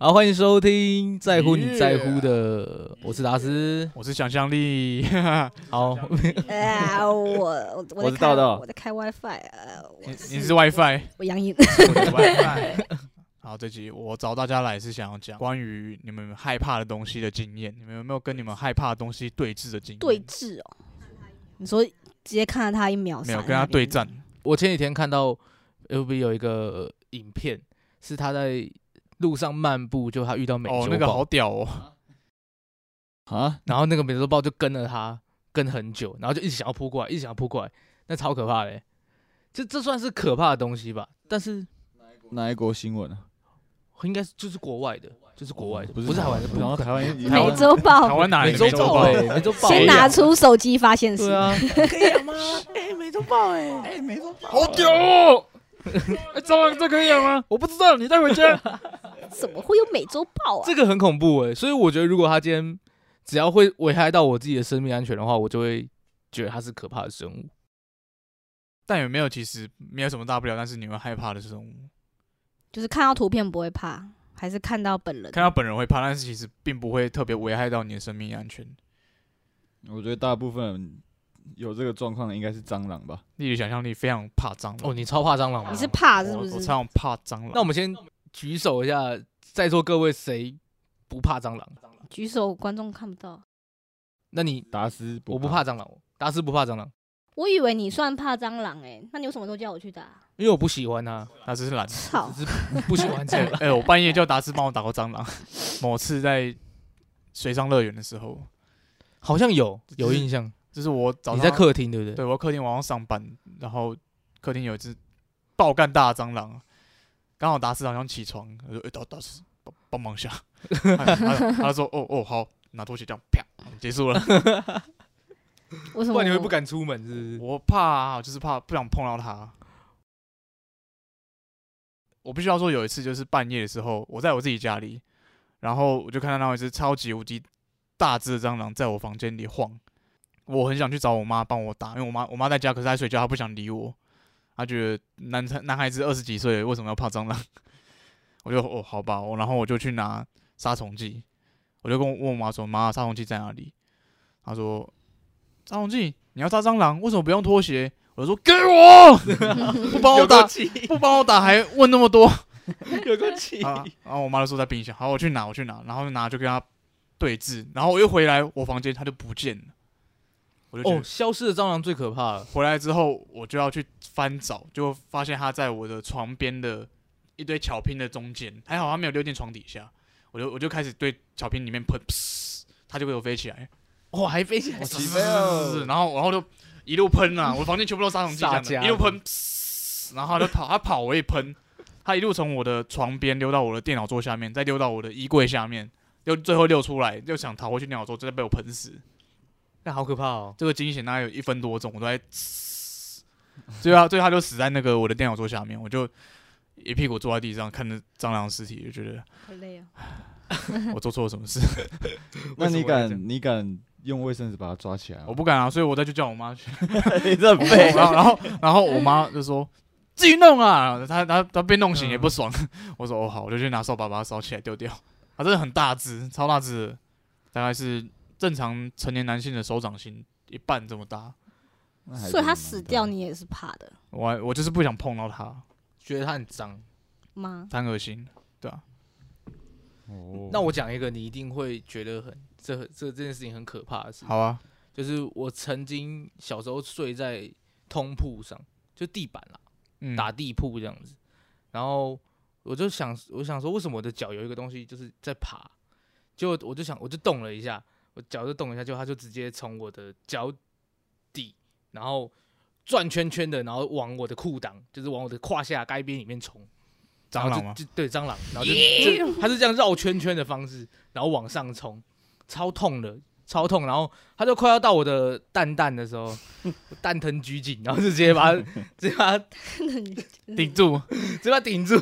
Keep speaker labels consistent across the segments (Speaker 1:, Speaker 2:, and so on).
Speaker 1: 好，欢迎收听《在乎你在乎的》，我是达斯。
Speaker 2: 我是想象力，
Speaker 1: 好，
Speaker 3: 啊，我我
Speaker 1: 我
Speaker 3: 我
Speaker 1: 是道
Speaker 3: 在开
Speaker 1: 道
Speaker 3: 我在开 WiFi，呃，我
Speaker 2: 你你是 WiFi，
Speaker 3: 我杨颖，
Speaker 2: 我的 WiFi。好，这集我找大家来是想要讲关于你们害怕的东西的经验，你们有没有跟你们害怕的东西对峙的经验？
Speaker 3: 对峙哦，你说直接看了他一秒，啊
Speaker 2: 没有
Speaker 3: 闪
Speaker 2: 跟他
Speaker 3: 在那
Speaker 2: 对
Speaker 3: 边
Speaker 2: 战，
Speaker 1: 我前几天看到 FB 有一个影片，是他在路上漫步，就他遇到美
Speaker 2: 哦
Speaker 1: 洲，
Speaker 2: 那个
Speaker 1: 豹
Speaker 2: 好屌哦，
Speaker 4: 啊，
Speaker 1: 然后那个美洲豹就跟了他跟很久，然后就一直想要扑过来，一直想要扑过来，那超可怕的欸。这这算是可怕的东西吧？但是
Speaker 4: 哪一国新闻啊？
Speaker 1: 应该是就是国外的，就是国
Speaker 5: 哦
Speaker 1: 外的，
Speaker 4: 不
Speaker 1: 不是台湾的，
Speaker 4: 然后台湾
Speaker 1: 台湾
Speaker 3: 美洲
Speaker 2: 台
Speaker 3: 豹，
Speaker 2: 湾哪里
Speaker 1: 美
Speaker 2: 的美
Speaker 1: 洲
Speaker 2: 洲
Speaker 1: 豹
Speaker 2: 豹？
Speaker 1: 欸，美洲豹
Speaker 3: 先
Speaker 2: 谁
Speaker 3: 拿
Speaker 2: 呀
Speaker 3: 出手机发现是
Speaker 1: 对啊，
Speaker 3: 哎
Speaker 1: 哎
Speaker 4: 好屌哦！哎，蟑螂这可以养吗？我不知道，你带回 家。
Speaker 3: 怎么会有美洲豹啊
Speaker 1: 这？个很恐怖哎、所以我觉得如果他今天只要会危害到我自己的生命安全的话，我就会觉得它是可怕的生物。
Speaker 2: 但有没有其实没有什么大不了，但是你会害怕的这种，
Speaker 3: 就是看到图片不会怕，还是看到本人？
Speaker 2: 看到本人会怕，但是其实并不会特别危害到你的生命安全。
Speaker 4: 我觉得大部分人有这个状况的应该是蟑螂吧。
Speaker 2: 例如想象力非常怕蟑螂，
Speaker 1: 哦，你超怕蟑螂吗？
Speaker 3: 你是怕是
Speaker 2: 我
Speaker 3: 不
Speaker 2: 我
Speaker 3: 是？
Speaker 2: 超怕蟑螂。
Speaker 1: 那我们先举手一下，在座各位谁不怕蟑螂？
Speaker 3: 举手，观众看不到。
Speaker 1: 那你
Speaker 4: 达斯，
Speaker 1: 我不怕，蟑螂，哦达斯不怕蟑螂，
Speaker 3: 我以为你算怕蟑螂哎，那你为什么都叫我去打？
Speaker 1: 因为我不喜欢它，
Speaker 2: 那只是懒
Speaker 3: 操！
Speaker 1: 只是不喜欢 这
Speaker 2: 哎、
Speaker 1: 个。
Speaker 2: 哎我半夜叫达斯帮我打过蟑螂。 某次在水上乐园的时候，
Speaker 1: 好像有有印象，
Speaker 2: 就是我早
Speaker 1: 你
Speaker 2: 上
Speaker 1: 在客厅对不对？
Speaker 2: 对我客厅晚上上班，然后客厅有一只爆干大的蟑螂，刚好达斯好像起床，我说：“哎、达达斯帮帮忙一下。 他”他他说：“哦哦，好，拿拖鞋这样啪，结束了。
Speaker 3: 为什
Speaker 1: 不
Speaker 3: 么
Speaker 1: 然你会
Speaker 3: 我
Speaker 1: 不敢出门是不”是？
Speaker 2: 我怕、啊，我就是怕不想碰到它。我必须要说，有一次就是半夜的时候，我在我自己家里，然后我就看到那一只超级无敌大只的蟑螂在我房间里晃，我很想去找我妈帮我打，因为我妈我妈在家，可是她在睡觉，她不想理我，她觉得男男孩子二十几岁为什么要怕蟑螂？我就哦好吧，我然后我就去拿杀虫剂，我就跟我问我妈说妈杀虫剂在哪里？她说杀虫剂你要杀蟑螂为什么不用拖鞋？我就说给我， 不帮我打不帮我打还问那么多，
Speaker 1: 有个气
Speaker 2: 啊，然后我妈就说在冰箱，好，我去拿，我去拿，然后就拿就跟她对峙，然后我一回来我房间它就不见了，我就觉得
Speaker 1: 哦，消失的蟑螂最可怕了。
Speaker 2: 回来之后我就要去翻找，就发现它在我的床边的一堆巧拼的中间，还好它没有溜进床底下，我就我就开始对巧拼里面喷，噗它就给我飞起来，
Speaker 1: 哇，还飞起来，
Speaker 4: 起飞了
Speaker 2: 然后然后就一路喷啊，我房间全部都杀虫剂这样
Speaker 1: 撒
Speaker 2: 的，
Speaker 1: 娇
Speaker 2: 一路喷，噗然后它就跑，它跑我也喷，它一路从我的床边溜到我的电脑桌下面，再溜到我的衣柜下面，又最后溜出来，又想逃回去电脑桌，就被我喷死。
Speaker 1: 那好可怕哦。
Speaker 2: 这个惊险大概有一分多钟，我都在， 最后最后他就死在那个我的电脑桌下面，我就一屁股坐在地上看着蟑螂尸体，就觉得
Speaker 3: 好累哦？
Speaker 2: 我做错了什么事，
Speaker 4: 那你
Speaker 2: 为什么会这样
Speaker 4: 敢，你敢用卫生纸把它抓起来吗？
Speaker 2: 我不敢啊，所以我再去叫我妈去，
Speaker 4: 你这
Speaker 2: 然后然后然后我妈就说自己弄啊，她她她被弄醒也不爽， 我说哦好，我就去拿扫把把它扫起来丢掉，它真的很大只，超大只的，大概是正常成年男性的手掌心一半这么大，
Speaker 4: 那
Speaker 3: 所以他死掉你也是怕的
Speaker 2: 我还我就是不想碰到它，
Speaker 1: 觉得它很脏。
Speaker 3: 吗？
Speaker 2: 它很恶心。哦
Speaker 1: 那我讲一个你一定会觉得很这这这件事情很可怕的事，
Speaker 2: 好啊，
Speaker 1: 就是我曾经小时候睡在通铺上，就地板啦，
Speaker 2: 嗯
Speaker 1: 打地铺这样子，然后我就想我想说为什么我的脚有一个东西就是在爬，结果我就想我就动了一下，我脚就动了一下，就它就直接从我的脚底，然后转圈圈的，然后往我的裤裆，就是往我的胯下该边里面冲。
Speaker 2: 蟑
Speaker 1: 然
Speaker 2: 螂
Speaker 1: 后
Speaker 2: 吗？
Speaker 1: 就就对，蟑螂，然后就就它是这样绕圈圈的方式，然后往上冲，超痛的，超痛。然后它就快要到我的蛋蛋的时候，我蛋疼拘谨，然后就直接把它直接把它
Speaker 2: 顶住，
Speaker 1: 直接把它顶住，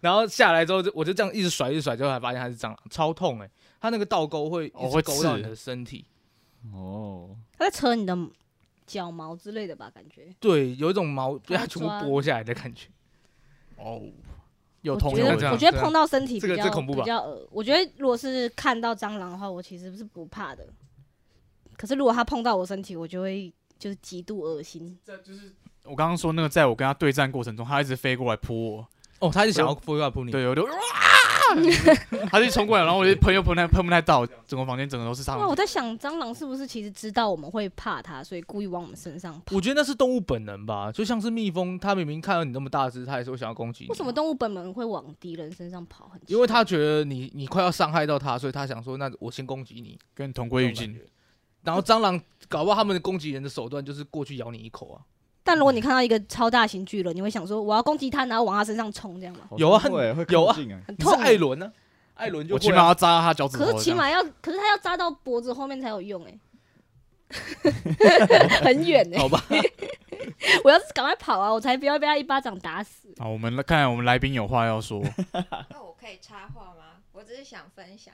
Speaker 1: 然后下来之后就我就这样一直甩一直甩，最后才发现它是蟑螂，超痛哎、它那个倒钩会
Speaker 2: 哦
Speaker 1: 一直
Speaker 2: 会
Speaker 1: 勾到
Speaker 2: 刺
Speaker 1: 你的身体，
Speaker 4: 哦，
Speaker 3: 他在扯你的脚毛之类的吧？感觉
Speaker 1: 对，有一种毛被它全部
Speaker 3: 抓
Speaker 1: 剥下来的感觉。
Speaker 2: 哦，有
Speaker 3: 我
Speaker 2: 通
Speaker 3: 觉
Speaker 2: 有
Speaker 1: 用
Speaker 2: 这
Speaker 1: 这
Speaker 3: 得
Speaker 1: 样
Speaker 3: 我
Speaker 2: 样，
Speaker 3: 觉
Speaker 1: 这
Speaker 3: 得碰到身体
Speaker 1: 这
Speaker 3: 比
Speaker 1: 个
Speaker 3: 较
Speaker 1: 这恐怖吧
Speaker 3: 比较恶。我觉得如果是看到蟑螂的话，我其实是不怕的。可是如果它碰到我身体，我就会就是极度恶心。
Speaker 2: 我刚刚说那个，在我跟他对战过程中，他一直飞过来扑我，
Speaker 1: 哦，他是想要扑一下扑你，
Speaker 2: 对，我就哇，他就冲过来，然后我就喷又喷不太喷不太到，整个房间整个都是蟑
Speaker 3: 那
Speaker 2: 螂
Speaker 3: 我。在想，蟑螂是不是其实知道我们会怕它，所以故意往我们身上跑？
Speaker 1: 我觉得那是动物本能吧，就像是蜜蜂，它明明看到你那么大只，它还是会想要攻击你。
Speaker 3: 为什么？动物本能会往敌人身上跑？很奇怪
Speaker 1: 因为它觉得你你快要伤害到它，所以它想说，那我先攻击你。
Speaker 2: 跟同归于
Speaker 1: 这种
Speaker 2: 尽
Speaker 1: 感。觉。然后蟑螂搞不好他们的攻击人的手段就是过去咬你一口啊，
Speaker 3: 但如果你看到一个超大型巨人，你会想说我要攻击它，然后往它身上冲，这样吗？
Speaker 1: 有啊
Speaker 4: 欸
Speaker 5: 会会
Speaker 1: 有啊
Speaker 5: 靠近哎，
Speaker 3: 很
Speaker 1: 你是
Speaker 3: 痛。欸
Speaker 1: 艾伦呢、艾伦就
Speaker 2: 我
Speaker 1: 会
Speaker 2: 起码
Speaker 1: 啊
Speaker 2: 要扎他脚趾头
Speaker 3: 可
Speaker 2: 这样。
Speaker 3: 是起码要，可是它要扎到脖子后面才有用 哎、很远哎、
Speaker 1: 好吧，
Speaker 3: 我要是赶快跑啊，我才不要被它一巴掌打死。
Speaker 2: 啊，我们来看来我们来宾有话要说。
Speaker 6: 那我可以插话吗？我只是想分享，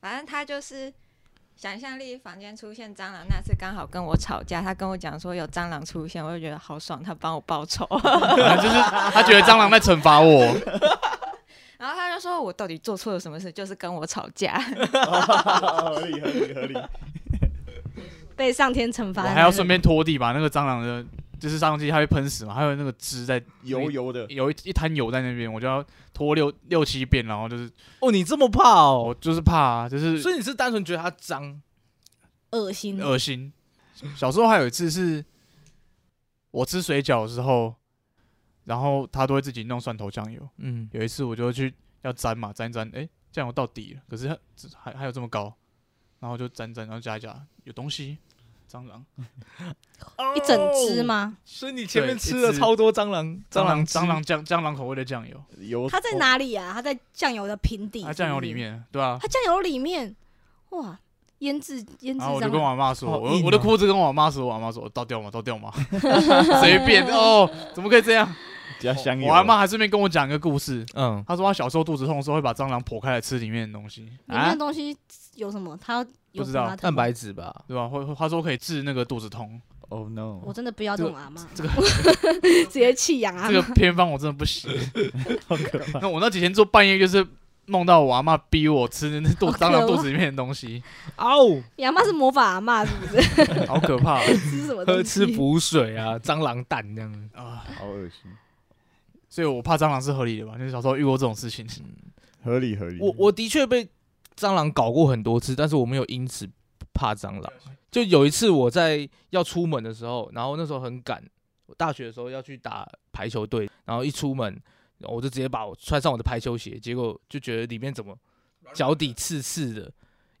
Speaker 6: 反正他就是想象力房间出现蟑螂，那次刚好跟我吵架，他跟我讲说有蟑螂出现，我就觉得好爽，他帮我报仇，
Speaker 2: 反正就是他觉得蟑螂在惩罚我，
Speaker 6: 然后他就说我到底做错了什么事，就是跟我吵架，
Speaker 4: 欸
Speaker 5: 合理合理合理，
Speaker 3: 被上天惩
Speaker 2: 我
Speaker 3: 罚，
Speaker 2: 还要顺便拖地把那个蟑螂的，就是上机它会喷死嘛，还有那个汁在
Speaker 5: 油油的，
Speaker 2: 有一一滩油在那边，我就要拖六六七遍，然后就是
Speaker 1: 哦，你这么怕
Speaker 2: 我
Speaker 1: 哦，
Speaker 2: 就是怕、啊，就是
Speaker 1: 所以你是单纯觉得它脏，
Speaker 3: 恶心。
Speaker 2: 恶心。小时候还有一次是，我吃水饺的时候，然后他都会自己弄蒜头酱油。
Speaker 1: 嗯，
Speaker 2: 有一次我就去要沾嘛，沾一沾，哎、酱油到底了，可是它这还还有这么高，然后就沾一沾，然后加一加，有东西，蟑螂，
Speaker 3: 一整
Speaker 2: 哦
Speaker 3: 只？
Speaker 1: 哦
Speaker 3: 吗？
Speaker 1: 所以你前面
Speaker 2: 对
Speaker 1: 吃
Speaker 2: 一
Speaker 1: 了
Speaker 2: 只
Speaker 1: 超多蟑螂，
Speaker 2: 蟑螂，
Speaker 1: 汁
Speaker 2: 蟑螂酱，蟑螂口味的酱油，
Speaker 5: 油
Speaker 3: 它在？哪里啊？它在酱油的平底。
Speaker 2: 它酱油里。面，对啊。
Speaker 3: 它酱油里面，哇，腌制腌制
Speaker 2: 然后我啊就
Speaker 3: 蟑
Speaker 2: 跟
Speaker 3: 螂。
Speaker 2: 我妈说，
Speaker 1: 好
Speaker 2: 我
Speaker 1: 硬
Speaker 2: 我的
Speaker 1: 哦
Speaker 2: 裤子跟我妈说，我妈说倒掉嘛，倒掉嘛，随便哦，怎么可以这 样？
Speaker 5: 加香油，
Speaker 2: 我阿妈还顺便跟我讲一个故事，
Speaker 1: 嗯，
Speaker 2: 她说她小时候肚子痛的时候会把蟑螂剖开来吃里面的东西，
Speaker 3: 里面的东西有什么？它有
Speaker 2: 啊不知道
Speaker 3: 什么
Speaker 1: 蛋白。质吧，
Speaker 2: 对吧？会会她说可以治那个肚子痛，
Speaker 5: ，Oh
Speaker 3: 我
Speaker 5: no，
Speaker 3: 真的不要这种阿妈，
Speaker 2: 这个
Speaker 3: 直接弃养啊
Speaker 2: 这！个偏方我真的不行。
Speaker 5: 好可怕，
Speaker 2: 那我那几天做半夜就是梦到我阿妈逼我吃那肚
Speaker 3: 好可怕
Speaker 2: 蟑螂肚子里面的东西，
Speaker 1: 哦，
Speaker 3: 你阿妈是魔法阿妈是 不是？
Speaker 2: 好可怕
Speaker 3: 吃什么
Speaker 1: 喝
Speaker 3: 东西？
Speaker 1: 吃补水啊，蟑螂蛋这样。
Speaker 2: 啊！
Speaker 5: 好恶心，
Speaker 2: 所以我怕蟑螂是合理的吧？就是小时候遇过这种事情，
Speaker 5: 合理合理，
Speaker 1: 我我的确被蟑螂搞过很多次，但是我没有因此怕蟑螂。就有一次我在要出门的时候，然后那时候很赶，我大学的时候要去打排球队，然后一出门，我就直接把我穿上我的排球鞋，结果就觉得里面怎么脚底刺刺的，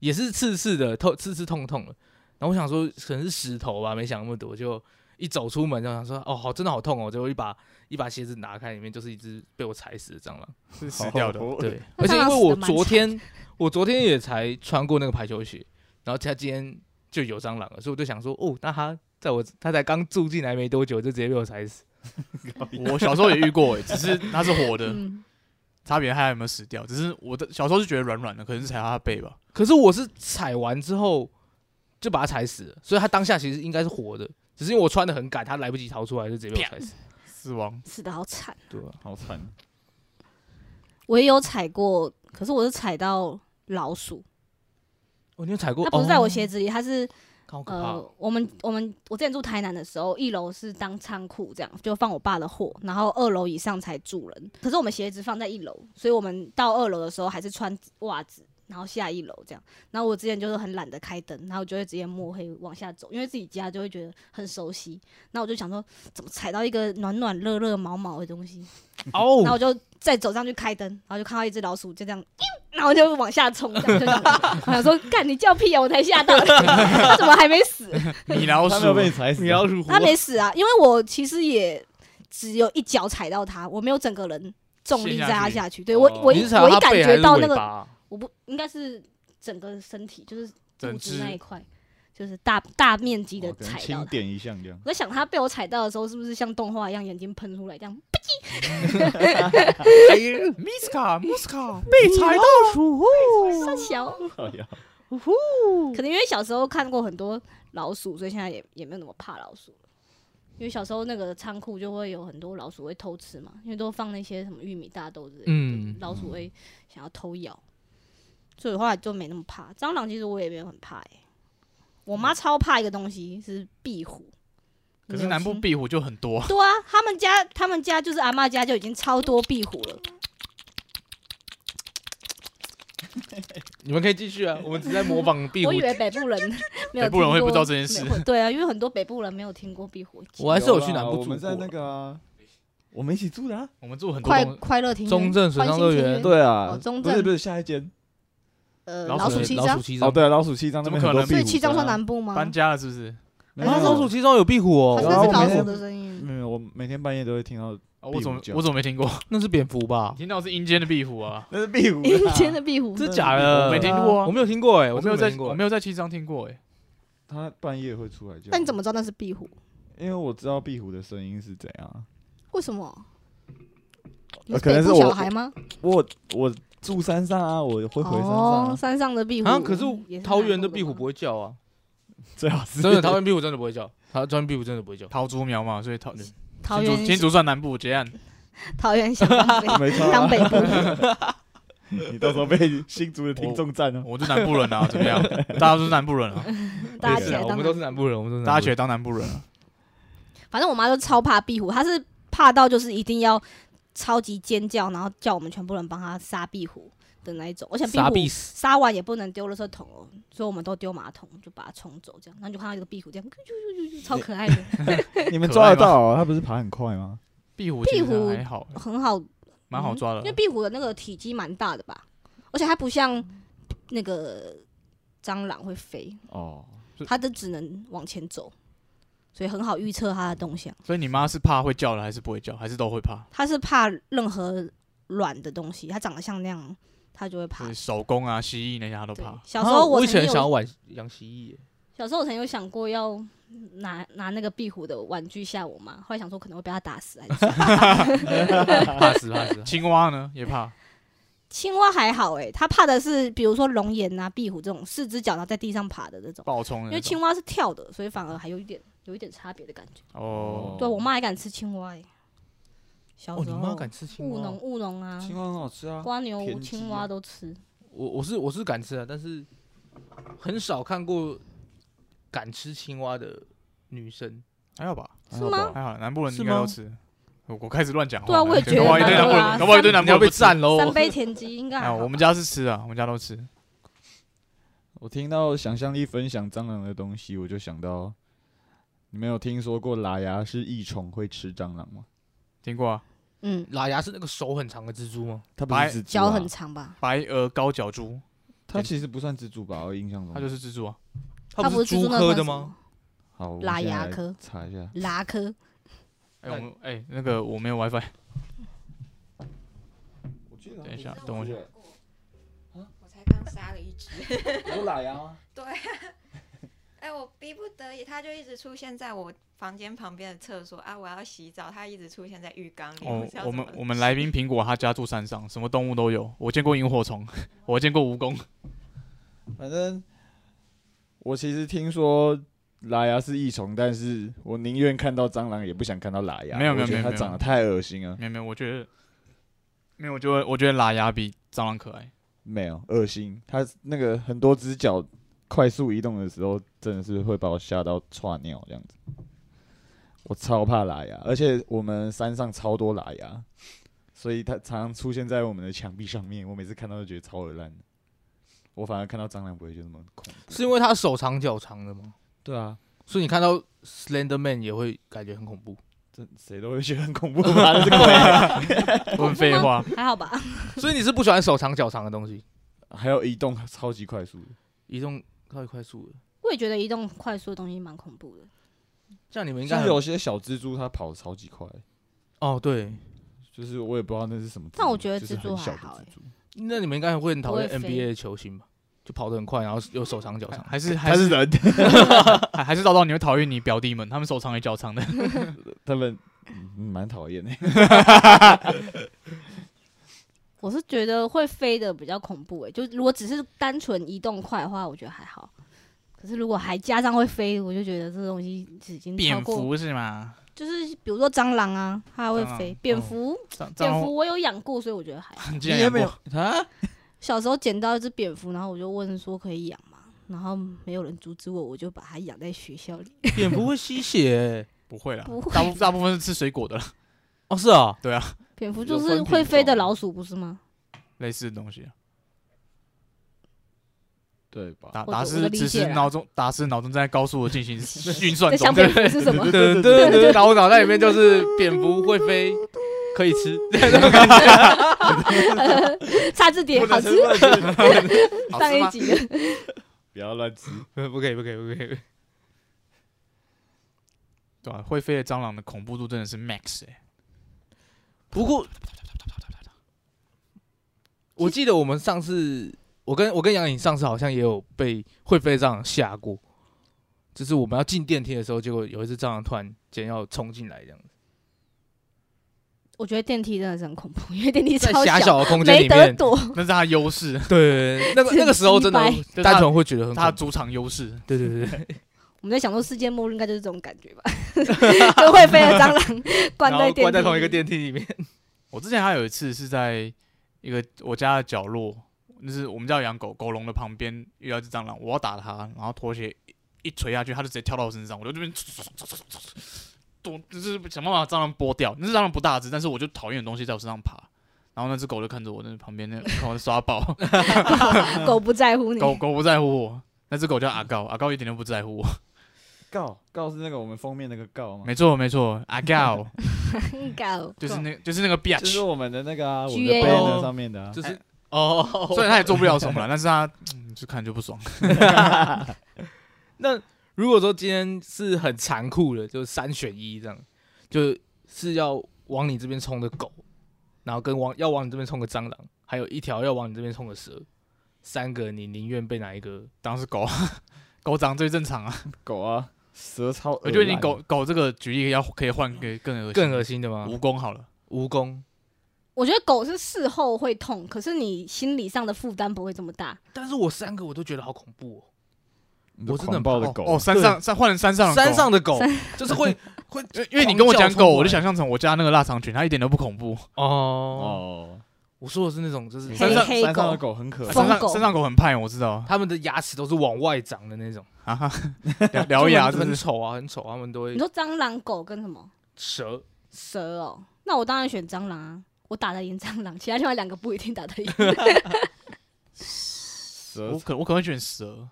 Speaker 1: 也是刺刺的，痛刺刺痛痛的。然后我想说可能是石头吧，没想那么多，就一走出门就想说哦好真的好痛哦，结果一把一把鞋子拿开，里面就是一只被我踩死的蟑螂。
Speaker 2: 是
Speaker 5: 好
Speaker 2: 死掉的。，
Speaker 1: 对，
Speaker 3: 那
Speaker 1: 而且
Speaker 3: 蟑
Speaker 1: 因
Speaker 3: 螂
Speaker 1: 为
Speaker 3: 死得
Speaker 1: 我
Speaker 3: 蛮
Speaker 1: 昨
Speaker 3: 惨
Speaker 1: 天 我昨天也才穿过那个排球鞋，然后他今天就有蟑螂了，所以我就想说，哦，那他在我他才刚住进来没多久，就直接被我踩死。
Speaker 2: 我小时候也遇过、欸，只是它是活的，
Speaker 3: 嗯，
Speaker 2: 差别它有没有死掉。只是我的小时候是觉得软软的，可能是踩它的背吧。
Speaker 1: 可是我是踩完之后就把他踩死了，所以他当下其实应该是活的，只是因为我穿的很赶，他来不及逃出来，就直接被我踩死。
Speaker 2: 死亡，
Speaker 3: 死的好惨。
Speaker 1: 对啊，
Speaker 5: 好惨，
Speaker 3: 我也有踩过，可是我是踩到老鼠，
Speaker 1: 哦，你有踩过？
Speaker 3: 它不是在我
Speaker 1: 哦
Speaker 3: 鞋子里，它是
Speaker 1: 好可怕
Speaker 3: 呃，我们我们我之前住台南的时候，一楼是当仓库这样，就放我爸的货，然后二楼以上才住人。可是我们鞋子放在一楼，所以我们到二楼的时候还是穿袜子，然后下一楼这样。然后我之前就是很懒得开灯，然后我就会直接摸黑往下走，因为自己家就会觉得很熟悉。那我就想说，怎么踩到一个暖暖热热毛毛的东西？然后
Speaker 1: 哦！
Speaker 3: 我就再走上去开灯，然后就看到一只老鼠就这样， 然后就往下冲，这样就这样我想说，干你叫屁啊！我才吓到， 它怎么还没死？
Speaker 2: 米老
Speaker 5: 他
Speaker 2: 鼠
Speaker 5: 没有被你踩死，
Speaker 1: 你
Speaker 4: 哦
Speaker 1: 要如何
Speaker 3: 它？没死啊，因为我其实也只有一脚踩到它，我没有整个人重力
Speaker 2: 陷
Speaker 3: 在
Speaker 2: 下
Speaker 3: 它
Speaker 2: 去
Speaker 3: 下去。对我，
Speaker 2: 哦
Speaker 3: 我
Speaker 1: 你
Speaker 3: 一
Speaker 1: 是踩
Speaker 3: 我一
Speaker 1: 他
Speaker 3: 感
Speaker 1: 背还
Speaker 3: 觉
Speaker 1: 是
Speaker 3: 到那
Speaker 1: 尾
Speaker 3: 个，
Speaker 1: 巴？
Speaker 3: 我不应该是整个身体，就是肚
Speaker 2: 整
Speaker 3: 子那一
Speaker 2: 只
Speaker 3: 块，就是大大面积的
Speaker 5: 哦可能
Speaker 3: 踩到
Speaker 5: 轻
Speaker 3: 它。
Speaker 5: 点一下这样，
Speaker 3: 我在想，它被我踩到的时候，是不是像动画一样眼睛喷出来这样？
Speaker 2: 哎，Miska Miska 被踩到鼠，
Speaker 3: 三小。
Speaker 5: 好呀，
Speaker 3: 嗯可能因为小时候看过很多老鼠，所以现在也也没有那么怕老鼠了。因为小时候那个仓库就会有很多老鼠会偷吃嘛，因为都放那些什么玉米、大豆之类的，
Speaker 1: 嗯
Speaker 3: 老鼠会想要偷咬，所以我后来就没那么怕。蟑螂其实我也没有很怕、欸，我妈超怕一个东西是壁虎，
Speaker 2: 可
Speaker 3: 你
Speaker 2: 是
Speaker 3: 有
Speaker 2: 南部
Speaker 3: 听
Speaker 2: 壁虎就很多啊，
Speaker 3: 对啊，他们家他们家就是阿嬷家就已经超多壁虎了。
Speaker 1: 你们可以继续啊，我们只是在模仿壁虎
Speaker 3: 我以。为 北部人没有
Speaker 2: 北部人会
Speaker 3: 听
Speaker 2: 不
Speaker 3: 过
Speaker 2: 知道这件事
Speaker 3: 没有对啊，因为很多北部人没有听过壁虎节。
Speaker 1: 我还啊是有去
Speaker 5: 啦
Speaker 1: 南部
Speaker 5: 我
Speaker 1: 住
Speaker 5: 们在那
Speaker 1: 过。
Speaker 5: 个啊，我们一起住的啊。
Speaker 2: 我们住很多
Speaker 3: 快
Speaker 2: 东
Speaker 3: 快乐庭
Speaker 1: 中
Speaker 3: 园
Speaker 1: 正水
Speaker 3: 欢
Speaker 1: 上
Speaker 3: 欣
Speaker 1: 乐
Speaker 3: 庭
Speaker 1: 园
Speaker 3: 园
Speaker 5: 对啊
Speaker 3: 哦，中
Speaker 5: 不是
Speaker 3: 正
Speaker 5: 不是下一间
Speaker 3: 呃
Speaker 2: 老
Speaker 3: 老
Speaker 2: 鼠
Speaker 3: 鼠
Speaker 2: 会
Speaker 3: 七
Speaker 1: 老
Speaker 3: 张
Speaker 1: 鼠，七
Speaker 5: 哦，
Speaker 1: 章，
Speaker 5: 对啊，老鼠七张那
Speaker 2: 怎么
Speaker 5: 边
Speaker 2: 可
Speaker 5: 很多
Speaker 2: 能
Speaker 5: 壁虎
Speaker 3: 所
Speaker 5: 的啊，
Speaker 3: 以七张算南部吗？
Speaker 2: 搬家了是不是？
Speaker 5: 没有
Speaker 1: 啊，老鼠七章有壁虎
Speaker 3: 好
Speaker 5: 然
Speaker 1: 哦，
Speaker 5: 后
Speaker 3: 像是老鼠
Speaker 5: 我每天
Speaker 3: 的声音。
Speaker 5: 没有，我每天半夜都会听到，
Speaker 2: 哦我怎么
Speaker 5: 壁虎叫
Speaker 2: 我怎么没听过？
Speaker 1: 那是蝙蝠 吧？
Speaker 2: 听到是阴间的壁虎啊，
Speaker 5: 那是壁虎
Speaker 3: 阴间的壁虎，
Speaker 1: 真假的？
Speaker 2: 我没听过啊
Speaker 1: 我，没有听过哎，
Speaker 2: 我
Speaker 1: 我
Speaker 2: 没
Speaker 1: 真
Speaker 2: 有
Speaker 1: 的
Speaker 2: 在
Speaker 1: 听过
Speaker 2: 我没有在七张听过哎，
Speaker 5: 它半夜会出来叫。
Speaker 3: 那你怎么知道那是壁虎？
Speaker 5: 因为我知道壁虎的声音是怎样。啊
Speaker 3: 为什么？你
Speaker 5: 呃呃可能
Speaker 3: 北部
Speaker 5: 是我
Speaker 3: 小孩吗？
Speaker 5: 我我住山上啊，我会回山上、
Speaker 3: 哦，
Speaker 5: 啊，
Speaker 3: 山上的壁虎
Speaker 1: 啊，可是
Speaker 3: 也是
Speaker 1: 桃园
Speaker 3: 南
Speaker 1: 的
Speaker 3: 部
Speaker 1: 壁虎
Speaker 3: 吗
Speaker 1: 不会叫啊，
Speaker 5: 最好是
Speaker 1: 真的桃园壁虎真的不会叫，桃桃园壁虎真的不会叫。
Speaker 2: 桃竹苗嘛，所以桃
Speaker 3: 桃
Speaker 2: 新竹新
Speaker 3: 园
Speaker 2: 竹算南部结案，
Speaker 3: 桃园想当 北
Speaker 5: 没错、
Speaker 3: 当
Speaker 5: 啊，
Speaker 3: 北部，
Speaker 5: 你到时候被新竹的听众哦占了。
Speaker 2: 我就南部人啊，怎么样？大家都是南部人 啊，
Speaker 3: 大家
Speaker 5: 也
Speaker 3: 起
Speaker 5: 是
Speaker 1: 啊
Speaker 3: 来
Speaker 1: 我
Speaker 3: 当
Speaker 1: 们都是南部人，我们都是南部人
Speaker 2: 大家起来当南部人 啊。
Speaker 3: 反正我妈就超怕壁虎，她是怕到就是一定要超级尖叫，然后叫我们全部人帮她杀壁虎的那一种。而且壁
Speaker 1: 傻逼
Speaker 3: 虎
Speaker 1: 死。
Speaker 3: 杀完也不能丢垃圾桶哦，所以我们都丢马桶，就把它冲走，这样，然后就看到一个壁虎这样，啾啾啾啾，超可爱的，
Speaker 2: 欸
Speaker 5: 你们抓得到、哦？它不是爬很快吗？
Speaker 2: 壁虎其实
Speaker 3: 壁虎
Speaker 2: 还好，
Speaker 3: 很 好，嗯
Speaker 2: 蛮好抓
Speaker 3: 因为
Speaker 2: 的。啊
Speaker 3: 壁虎的那个体积蛮大的吧，而且它不像那个蟑螂会飞，
Speaker 5: 哦，
Speaker 3: 它都只能往前走，所以很好预测它的动向。
Speaker 2: 所以你妈是怕会叫的，还是不会叫，还是都会怕？
Speaker 3: 它是怕任何软的东西，它长得像那样，它就会怕
Speaker 2: 就是。手工啊、蜥蜴那些她都
Speaker 3: 对
Speaker 2: 怕，。。
Speaker 3: 小时候
Speaker 1: 啊我以
Speaker 3: 曾经
Speaker 1: 前
Speaker 3: 有
Speaker 1: 想要玩养蜥蜴 耶，
Speaker 3: 小时候我曾有想过要拿拿那个壁虎的玩具吓我妈，后来想说可能会被它打死还是怎样
Speaker 1: 怕死怕死
Speaker 2: 青蛙呢也怕，
Speaker 3: 青蛙还好诶、它怕的是比如说龙眼啊、壁虎这种四只脚然后在地上爬的这种，
Speaker 2: 暴冲的那种。
Speaker 3: 因为青蛙是跳的，所以反而还有一点有一点差别的感觉。
Speaker 2: 哦，
Speaker 3: 对我妈还敢吃青蛙诶、欸小
Speaker 1: 哦，
Speaker 3: 时
Speaker 1: 你
Speaker 3: 候
Speaker 1: 妈敢吃青
Speaker 3: 务
Speaker 1: 蛙
Speaker 3: 农？务农啊，
Speaker 5: 蛙很好吃啊
Speaker 3: 瓜牛
Speaker 5: 田鸡
Speaker 3: 青
Speaker 5: 啊
Speaker 3: 蛙都吃。
Speaker 1: 我我是我是敢吃啊，但是很少看过敢吃青蛙的女生。
Speaker 2: 还好吧，
Speaker 3: 是吗
Speaker 2: 还好，南部人
Speaker 1: 是
Speaker 2: 应该都
Speaker 1: 吗
Speaker 2: 吃。我我开始乱讲话了，
Speaker 3: 对啊我也觉得
Speaker 2: 搞不好一堆
Speaker 3: 蛮
Speaker 2: 南部
Speaker 3: 多啊
Speaker 2: 人，搞不好一堆南
Speaker 1: 你
Speaker 2: 部人
Speaker 1: 要被
Speaker 2: 不吃。
Speaker 1: 占喽！
Speaker 3: 三杯田鸡应该还
Speaker 2: 哦 哎，
Speaker 3: 好吧。
Speaker 2: 我们家是吃啊，我们家都吃。
Speaker 5: 我听到想象力分享蟑螂的东西，我就想到，你们有听说过喇牙是益虫会吃蟑螂吗？
Speaker 2: 听过啊，
Speaker 3: 嗯，
Speaker 1: 喇牙是那个手很长的蜘蛛吗？
Speaker 5: 它不
Speaker 2: 白
Speaker 5: 是蜘蛛、
Speaker 3: 脚
Speaker 5: 啊
Speaker 3: 很，长吧？
Speaker 2: 白额高脚蛛，
Speaker 5: 它其实不算蜘蛛吧？我印象中，
Speaker 2: 它就是蜘蛛啊。
Speaker 3: 它
Speaker 1: 不
Speaker 3: 不
Speaker 1: 是
Speaker 3: 是蜘蛛
Speaker 1: 猪
Speaker 3: 那
Speaker 1: 科
Speaker 3: 算
Speaker 1: 的
Speaker 3: 什么
Speaker 1: 吗？？
Speaker 5: 好，我们
Speaker 3: 拉
Speaker 5: 现在
Speaker 3: 牙
Speaker 5: 来
Speaker 3: 科
Speaker 5: 查一下，
Speaker 3: 拉 科，
Speaker 2: 哎，
Speaker 1: 那
Speaker 2: 我们哎，那个我没有 WiFi，
Speaker 5: 我记得
Speaker 2: 等一下等我一下
Speaker 6: 我才刚杀了一只。
Speaker 5: 有喇牙吗？
Speaker 6: 对啊，哎，我逼不得已，它就一直出现在我房间旁边的厕所啊！我要洗澡，它一直出现在浴缸里。
Speaker 2: 哦
Speaker 6: 不知道，
Speaker 2: 我
Speaker 6: 怎
Speaker 2: 们
Speaker 6: 么
Speaker 2: 我们来宾苹果他家住山上，什么动物都有。我见过萤火虫， 我见过蜈蚣，
Speaker 5: 反正我其实听说喇牙是益虫，但是我宁愿看到蟑螂，也不想看到喇牙。
Speaker 2: 没有
Speaker 5: 我
Speaker 2: 没有
Speaker 5: 觉得
Speaker 2: 没有
Speaker 5: 它
Speaker 2: 没有
Speaker 5: 长得太恶心了，
Speaker 2: 没有没有，我觉得没有，我觉得我觉得喇牙比蟑螂可爱。
Speaker 5: 没有恶心。它那个很多只脚快速移动的时候，真的是会把我吓到窜尿这样子。我超怕喇牙，而且我们山上超多喇牙，所以它常常出现在我们的墙壁上面。我每次看到都觉得超恶烂的。我反而看到蟑螂不会觉得那么恐怖。
Speaker 1: 是因为它手长脚长的吗？
Speaker 5: 对啊，
Speaker 1: 所以你看到 Slender Man 也会感觉很恐 怖。
Speaker 5: 这谁都会觉得很恐怖 吧？那是鬼。
Speaker 2: 问废 话，
Speaker 3: 还好吧？
Speaker 1: 所以你是不喜欢手长脚长的东西？
Speaker 5: 还有移动超级快速的，
Speaker 1: 移动太快速了，
Speaker 3: 我也觉得移动快速的东西蛮恐怖的。
Speaker 1: 这样你们应该
Speaker 5: 像
Speaker 1: 很
Speaker 5: 有些小蜘蛛它跑得超级快，
Speaker 1: 哦对，
Speaker 5: 就是我也不知道那是什么蜘蛛。
Speaker 3: 但我觉得
Speaker 5: 就是
Speaker 3: 蜘蛛
Speaker 5: 很小
Speaker 3: 还好欸
Speaker 5: 的蜘蛛，
Speaker 1: 那你们应该会很讨厌
Speaker 3: 不会飞
Speaker 1: NBA 的球星吧？就跑得很快，然后又手长脚 长。
Speaker 2: 还是还
Speaker 5: 它
Speaker 2: 是
Speaker 5: 是人，
Speaker 2: 还 还是到到你会讨厌你表弟们，他们手长也脚长的。
Speaker 5: 他们嗯嗯蛮讨 厌的。
Speaker 3: 我是觉得会飞的比较恐怖诶、就是如果只是单纯移动快的话，我觉得还好。可是如果还加上会飞，我就觉得这东西已经超
Speaker 2: 蝙
Speaker 3: 过
Speaker 2: 蝠是吗？
Speaker 3: 就是比如说蟑螂啊，它会
Speaker 2: 蟑螂
Speaker 3: 飞；
Speaker 2: 哦
Speaker 3: 蝙蝠，
Speaker 2: 蟑蟑
Speaker 3: 蝙
Speaker 2: 螂
Speaker 3: 蝠我有养过，所以我觉得还好。
Speaker 2: 你
Speaker 5: 你
Speaker 2: 竟然
Speaker 5: 也
Speaker 2: 养
Speaker 5: 没有
Speaker 2: 过
Speaker 5: 啊？
Speaker 3: 小时候捡到一只蝙蝠，然后我就问说可以养吗？然后没有人阻止我，我就把它养在学校里。
Speaker 1: 蝙蝠会吸血欸、
Speaker 2: 不会啦，
Speaker 3: 不会
Speaker 2: 大部大部分是吃水果的啦，
Speaker 1: 哦，是哦，
Speaker 3: 蝙蝠就
Speaker 2: 有
Speaker 3: 是
Speaker 2: 分
Speaker 3: 会
Speaker 2: 品
Speaker 3: 飞的
Speaker 2: 种
Speaker 3: 老鼠，不是吗？
Speaker 2: 类似的东西啊。
Speaker 5: 对吧？
Speaker 2: 达
Speaker 3: 我
Speaker 2: 达
Speaker 3: 的我的
Speaker 2: 斯
Speaker 3: 理
Speaker 2: 只
Speaker 3: 解
Speaker 2: 是
Speaker 3: 啦
Speaker 2: 脑中达斯脑中在高速的进 行运算
Speaker 3: 在
Speaker 2: 中
Speaker 3: 想，蝙蝠是什么？
Speaker 1: 噔噔噔，哦然后我脑袋里面就是蝙蝠会飞，可以吃，
Speaker 3: 差字典好吃，
Speaker 2: 好
Speaker 3: 上
Speaker 2: 吃
Speaker 3: 一
Speaker 2: 吗？
Speaker 3: 集的。
Speaker 5: 不要乱吃。
Speaker 1: 不可以，不可以，不可以。
Speaker 2: 对啊，会飞的蟑螂的恐怖度真的是 max 哎、
Speaker 1: 不过，我记得我们上次，我跟我跟杨颖上次好像也有被会飞蟑螂吓过，就是我们要进电梯的时候，结果有一只蟑螂突然间要冲进来，这样子，
Speaker 3: 我觉得电梯真的是很恐怖，因为电梯
Speaker 1: 在
Speaker 3: 超
Speaker 1: 狭小的空间
Speaker 3: 没
Speaker 1: 里
Speaker 3: 得
Speaker 1: 面，
Speaker 3: 躲。
Speaker 2: 那是它的优势，
Speaker 1: 对，那个那个时候真的
Speaker 3: 很鸡
Speaker 2: 掰
Speaker 1: 单纯会觉得很
Speaker 2: 它
Speaker 1: 恐
Speaker 2: 的
Speaker 1: 怖，
Speaker 2: 主场优势。
Speaker 1: 对对对对，
Speaker 3: 我们在想说世界末日应该就是这种感觉吧， 就会飞的 蟑螂关
Speaker 1: 然
Speaker 3: 在
Speaker 1: 后
Speaker 3: 电梯，
Speaker 1: 关在同一个，电梯里面，
Speaker 2: 我之前还有一次是在一个我家的角落，就是我们家有养狗狗笼的旁边遇到一只蟑螂，我要打它，然后拖鞋一一捶下去，它就直接跳到我身上，我就这边咚，就是想办法把蟑螂拨掉。那只蟑螂不大只，但是我就讨厌的东西在我身上爬。然后那只狗就看着我，那旁边那看我刷 爆，
Speaker 3: 狗不在乎你。
Speaker 2: 狗狗不在乎我。那只狗叫阿高，阿高一点都不在乎我。
Speaker 5: 告告是那个我们封面那个告吗？
Speaker 2: 没错没错，阿高
Speaker 3: 狗
Speaker 2: 就是那就是那个
Speaker 5: 就是
Speaker 2: bitch，
Speaker 5: 我们的那个啊，我们
Speaker 3: GA
Speaker 5: 的 banner 上面的啊。
Speaker 1: 就是哦，
Speaker 2: 虽然它也做不了什么了，但是它嗯就看着就不爽。
Speaker 1: 那如果说今天是很残酷的，就是三选一这样，就是要往你这边冲的狗，然后跟往要往你这边冲的蟑螂，还有一条要往你这边冲的蛇，三个你宁愿被哪一个？
Speaker 2: 当然是狗，狗长最正常啊。
Speaker 5: 狗啊，蛇超恶烂。
Speaker 2: 我觉得你狗狗这个举例要可以换个更恶心
Speaker 1: 更恶心的吗？
Speaker 2: 蜈蚣好了，
Speaker 1: 蜈蚣，
Speaker 3: 我觉得狗是事后会痛，可是你心理上的负担不会这么大。
Speaker 1: 但是我三个我都觉得好恐怖哦
Speaker 5: 你的
Speaker 1: 我真的
Speaker 5: 狂暴
Speaker 1: 很
Speaker 5: 的
Speaker 2: 哦
Speaker 5: 狗
Speaker 2: 哦，山上山换成山上
Speaker 1: 哦，
Speaker 2: 的狗
Speaker 1: 山上的狗就是会 会，
Speaker 2: 因因为你跟我讲
Speaker 1: 狂叫
Speaker 2: 狗，
Speaker 1: 出来
Speaker 2: 我就想象成我家那个腊肠犬，它一点都不恐怖。
Speaker 1: 哦，
Speaker 5: 哦，
Speaker 1: 我说的是那种就是
Speaker 3: 黑
Speaker 5: 山上
Speaker 3: 黑
Speaker 5: 山上
Speaker 3: 狗
Speaker 5: 的狗很可
Speaker 2: 啊
Speaker 5: 爱。
Speaker 3: 疯
Speaker 2: 山上
Speaker 3: 狗
Speaker 2: 山上狗很派，我知道。
Speaker 1: 他们的牙齿都是往外长的那种，
Speaker 2: 啊 哈，獠獠牙
Speaker 1: 就
Speaker 2: 真
Speaker 1: 很很
Speaker 2: 的是
Speaker 1: 丑啊，很丑，他们都会
Speaker 3: 你说蟑螂、狗跟什么
Speaker 1: 蛇，
Speaker 3: 蛇哦？那我当然选蟑螂啊，我打得赢蟑螂，其他另外两个不一定打得赢。
Speaker 5: 蛇
Speaker 2: 我可我可能会选蛇，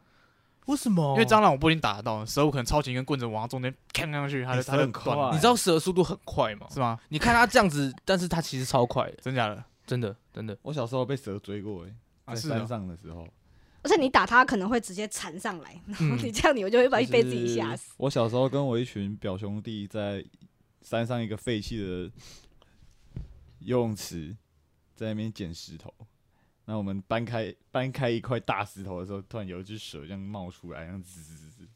Speaker 1: 为什
Speaker 5: 哦
Speaker 1: 么？
Speaker 2: 因为蟑螂我不一定打得到，蛇我可能抄起一根棍子往它中间看上去，它就
Speaker 5: 欸蛇
Speaker 2: 它就
Speaker 5: 很
Speaker 2: 断
Speaker 5: 快
Speaker 2: 了，
Speaker 1: 你知道蛇速度很快吗？
Speaker 2: 是吗？
Speaker 1: 你看它这样子，但是它其实超快的，
Speaker 2: 真假的？
Speaker 1: 真的真 的。
Speaker 5: 我小时候被蛇追过哎，
Speaker 2: 啊
Speaker 5: 在
Speaker 2: 是啊
Speaker 5: 山上的时候，
Speaker 3: 而且你打它可能会直接缠上来，然后
Speaker 1: 嗯
Speaker 3: 你这样你我就会把
Speaker 5: 就
Speaker 3: 被自己吓
Speaker 5: 是
Speaker 3: 死。
Speaker 5: 我小时候跟我一群表兄弟在山上一个废弃的游泳池，在那边捡石头。那我们搬开搬开一块大石头的时候，突然有一只蛇这样冒出来，这样滋滋滋滋。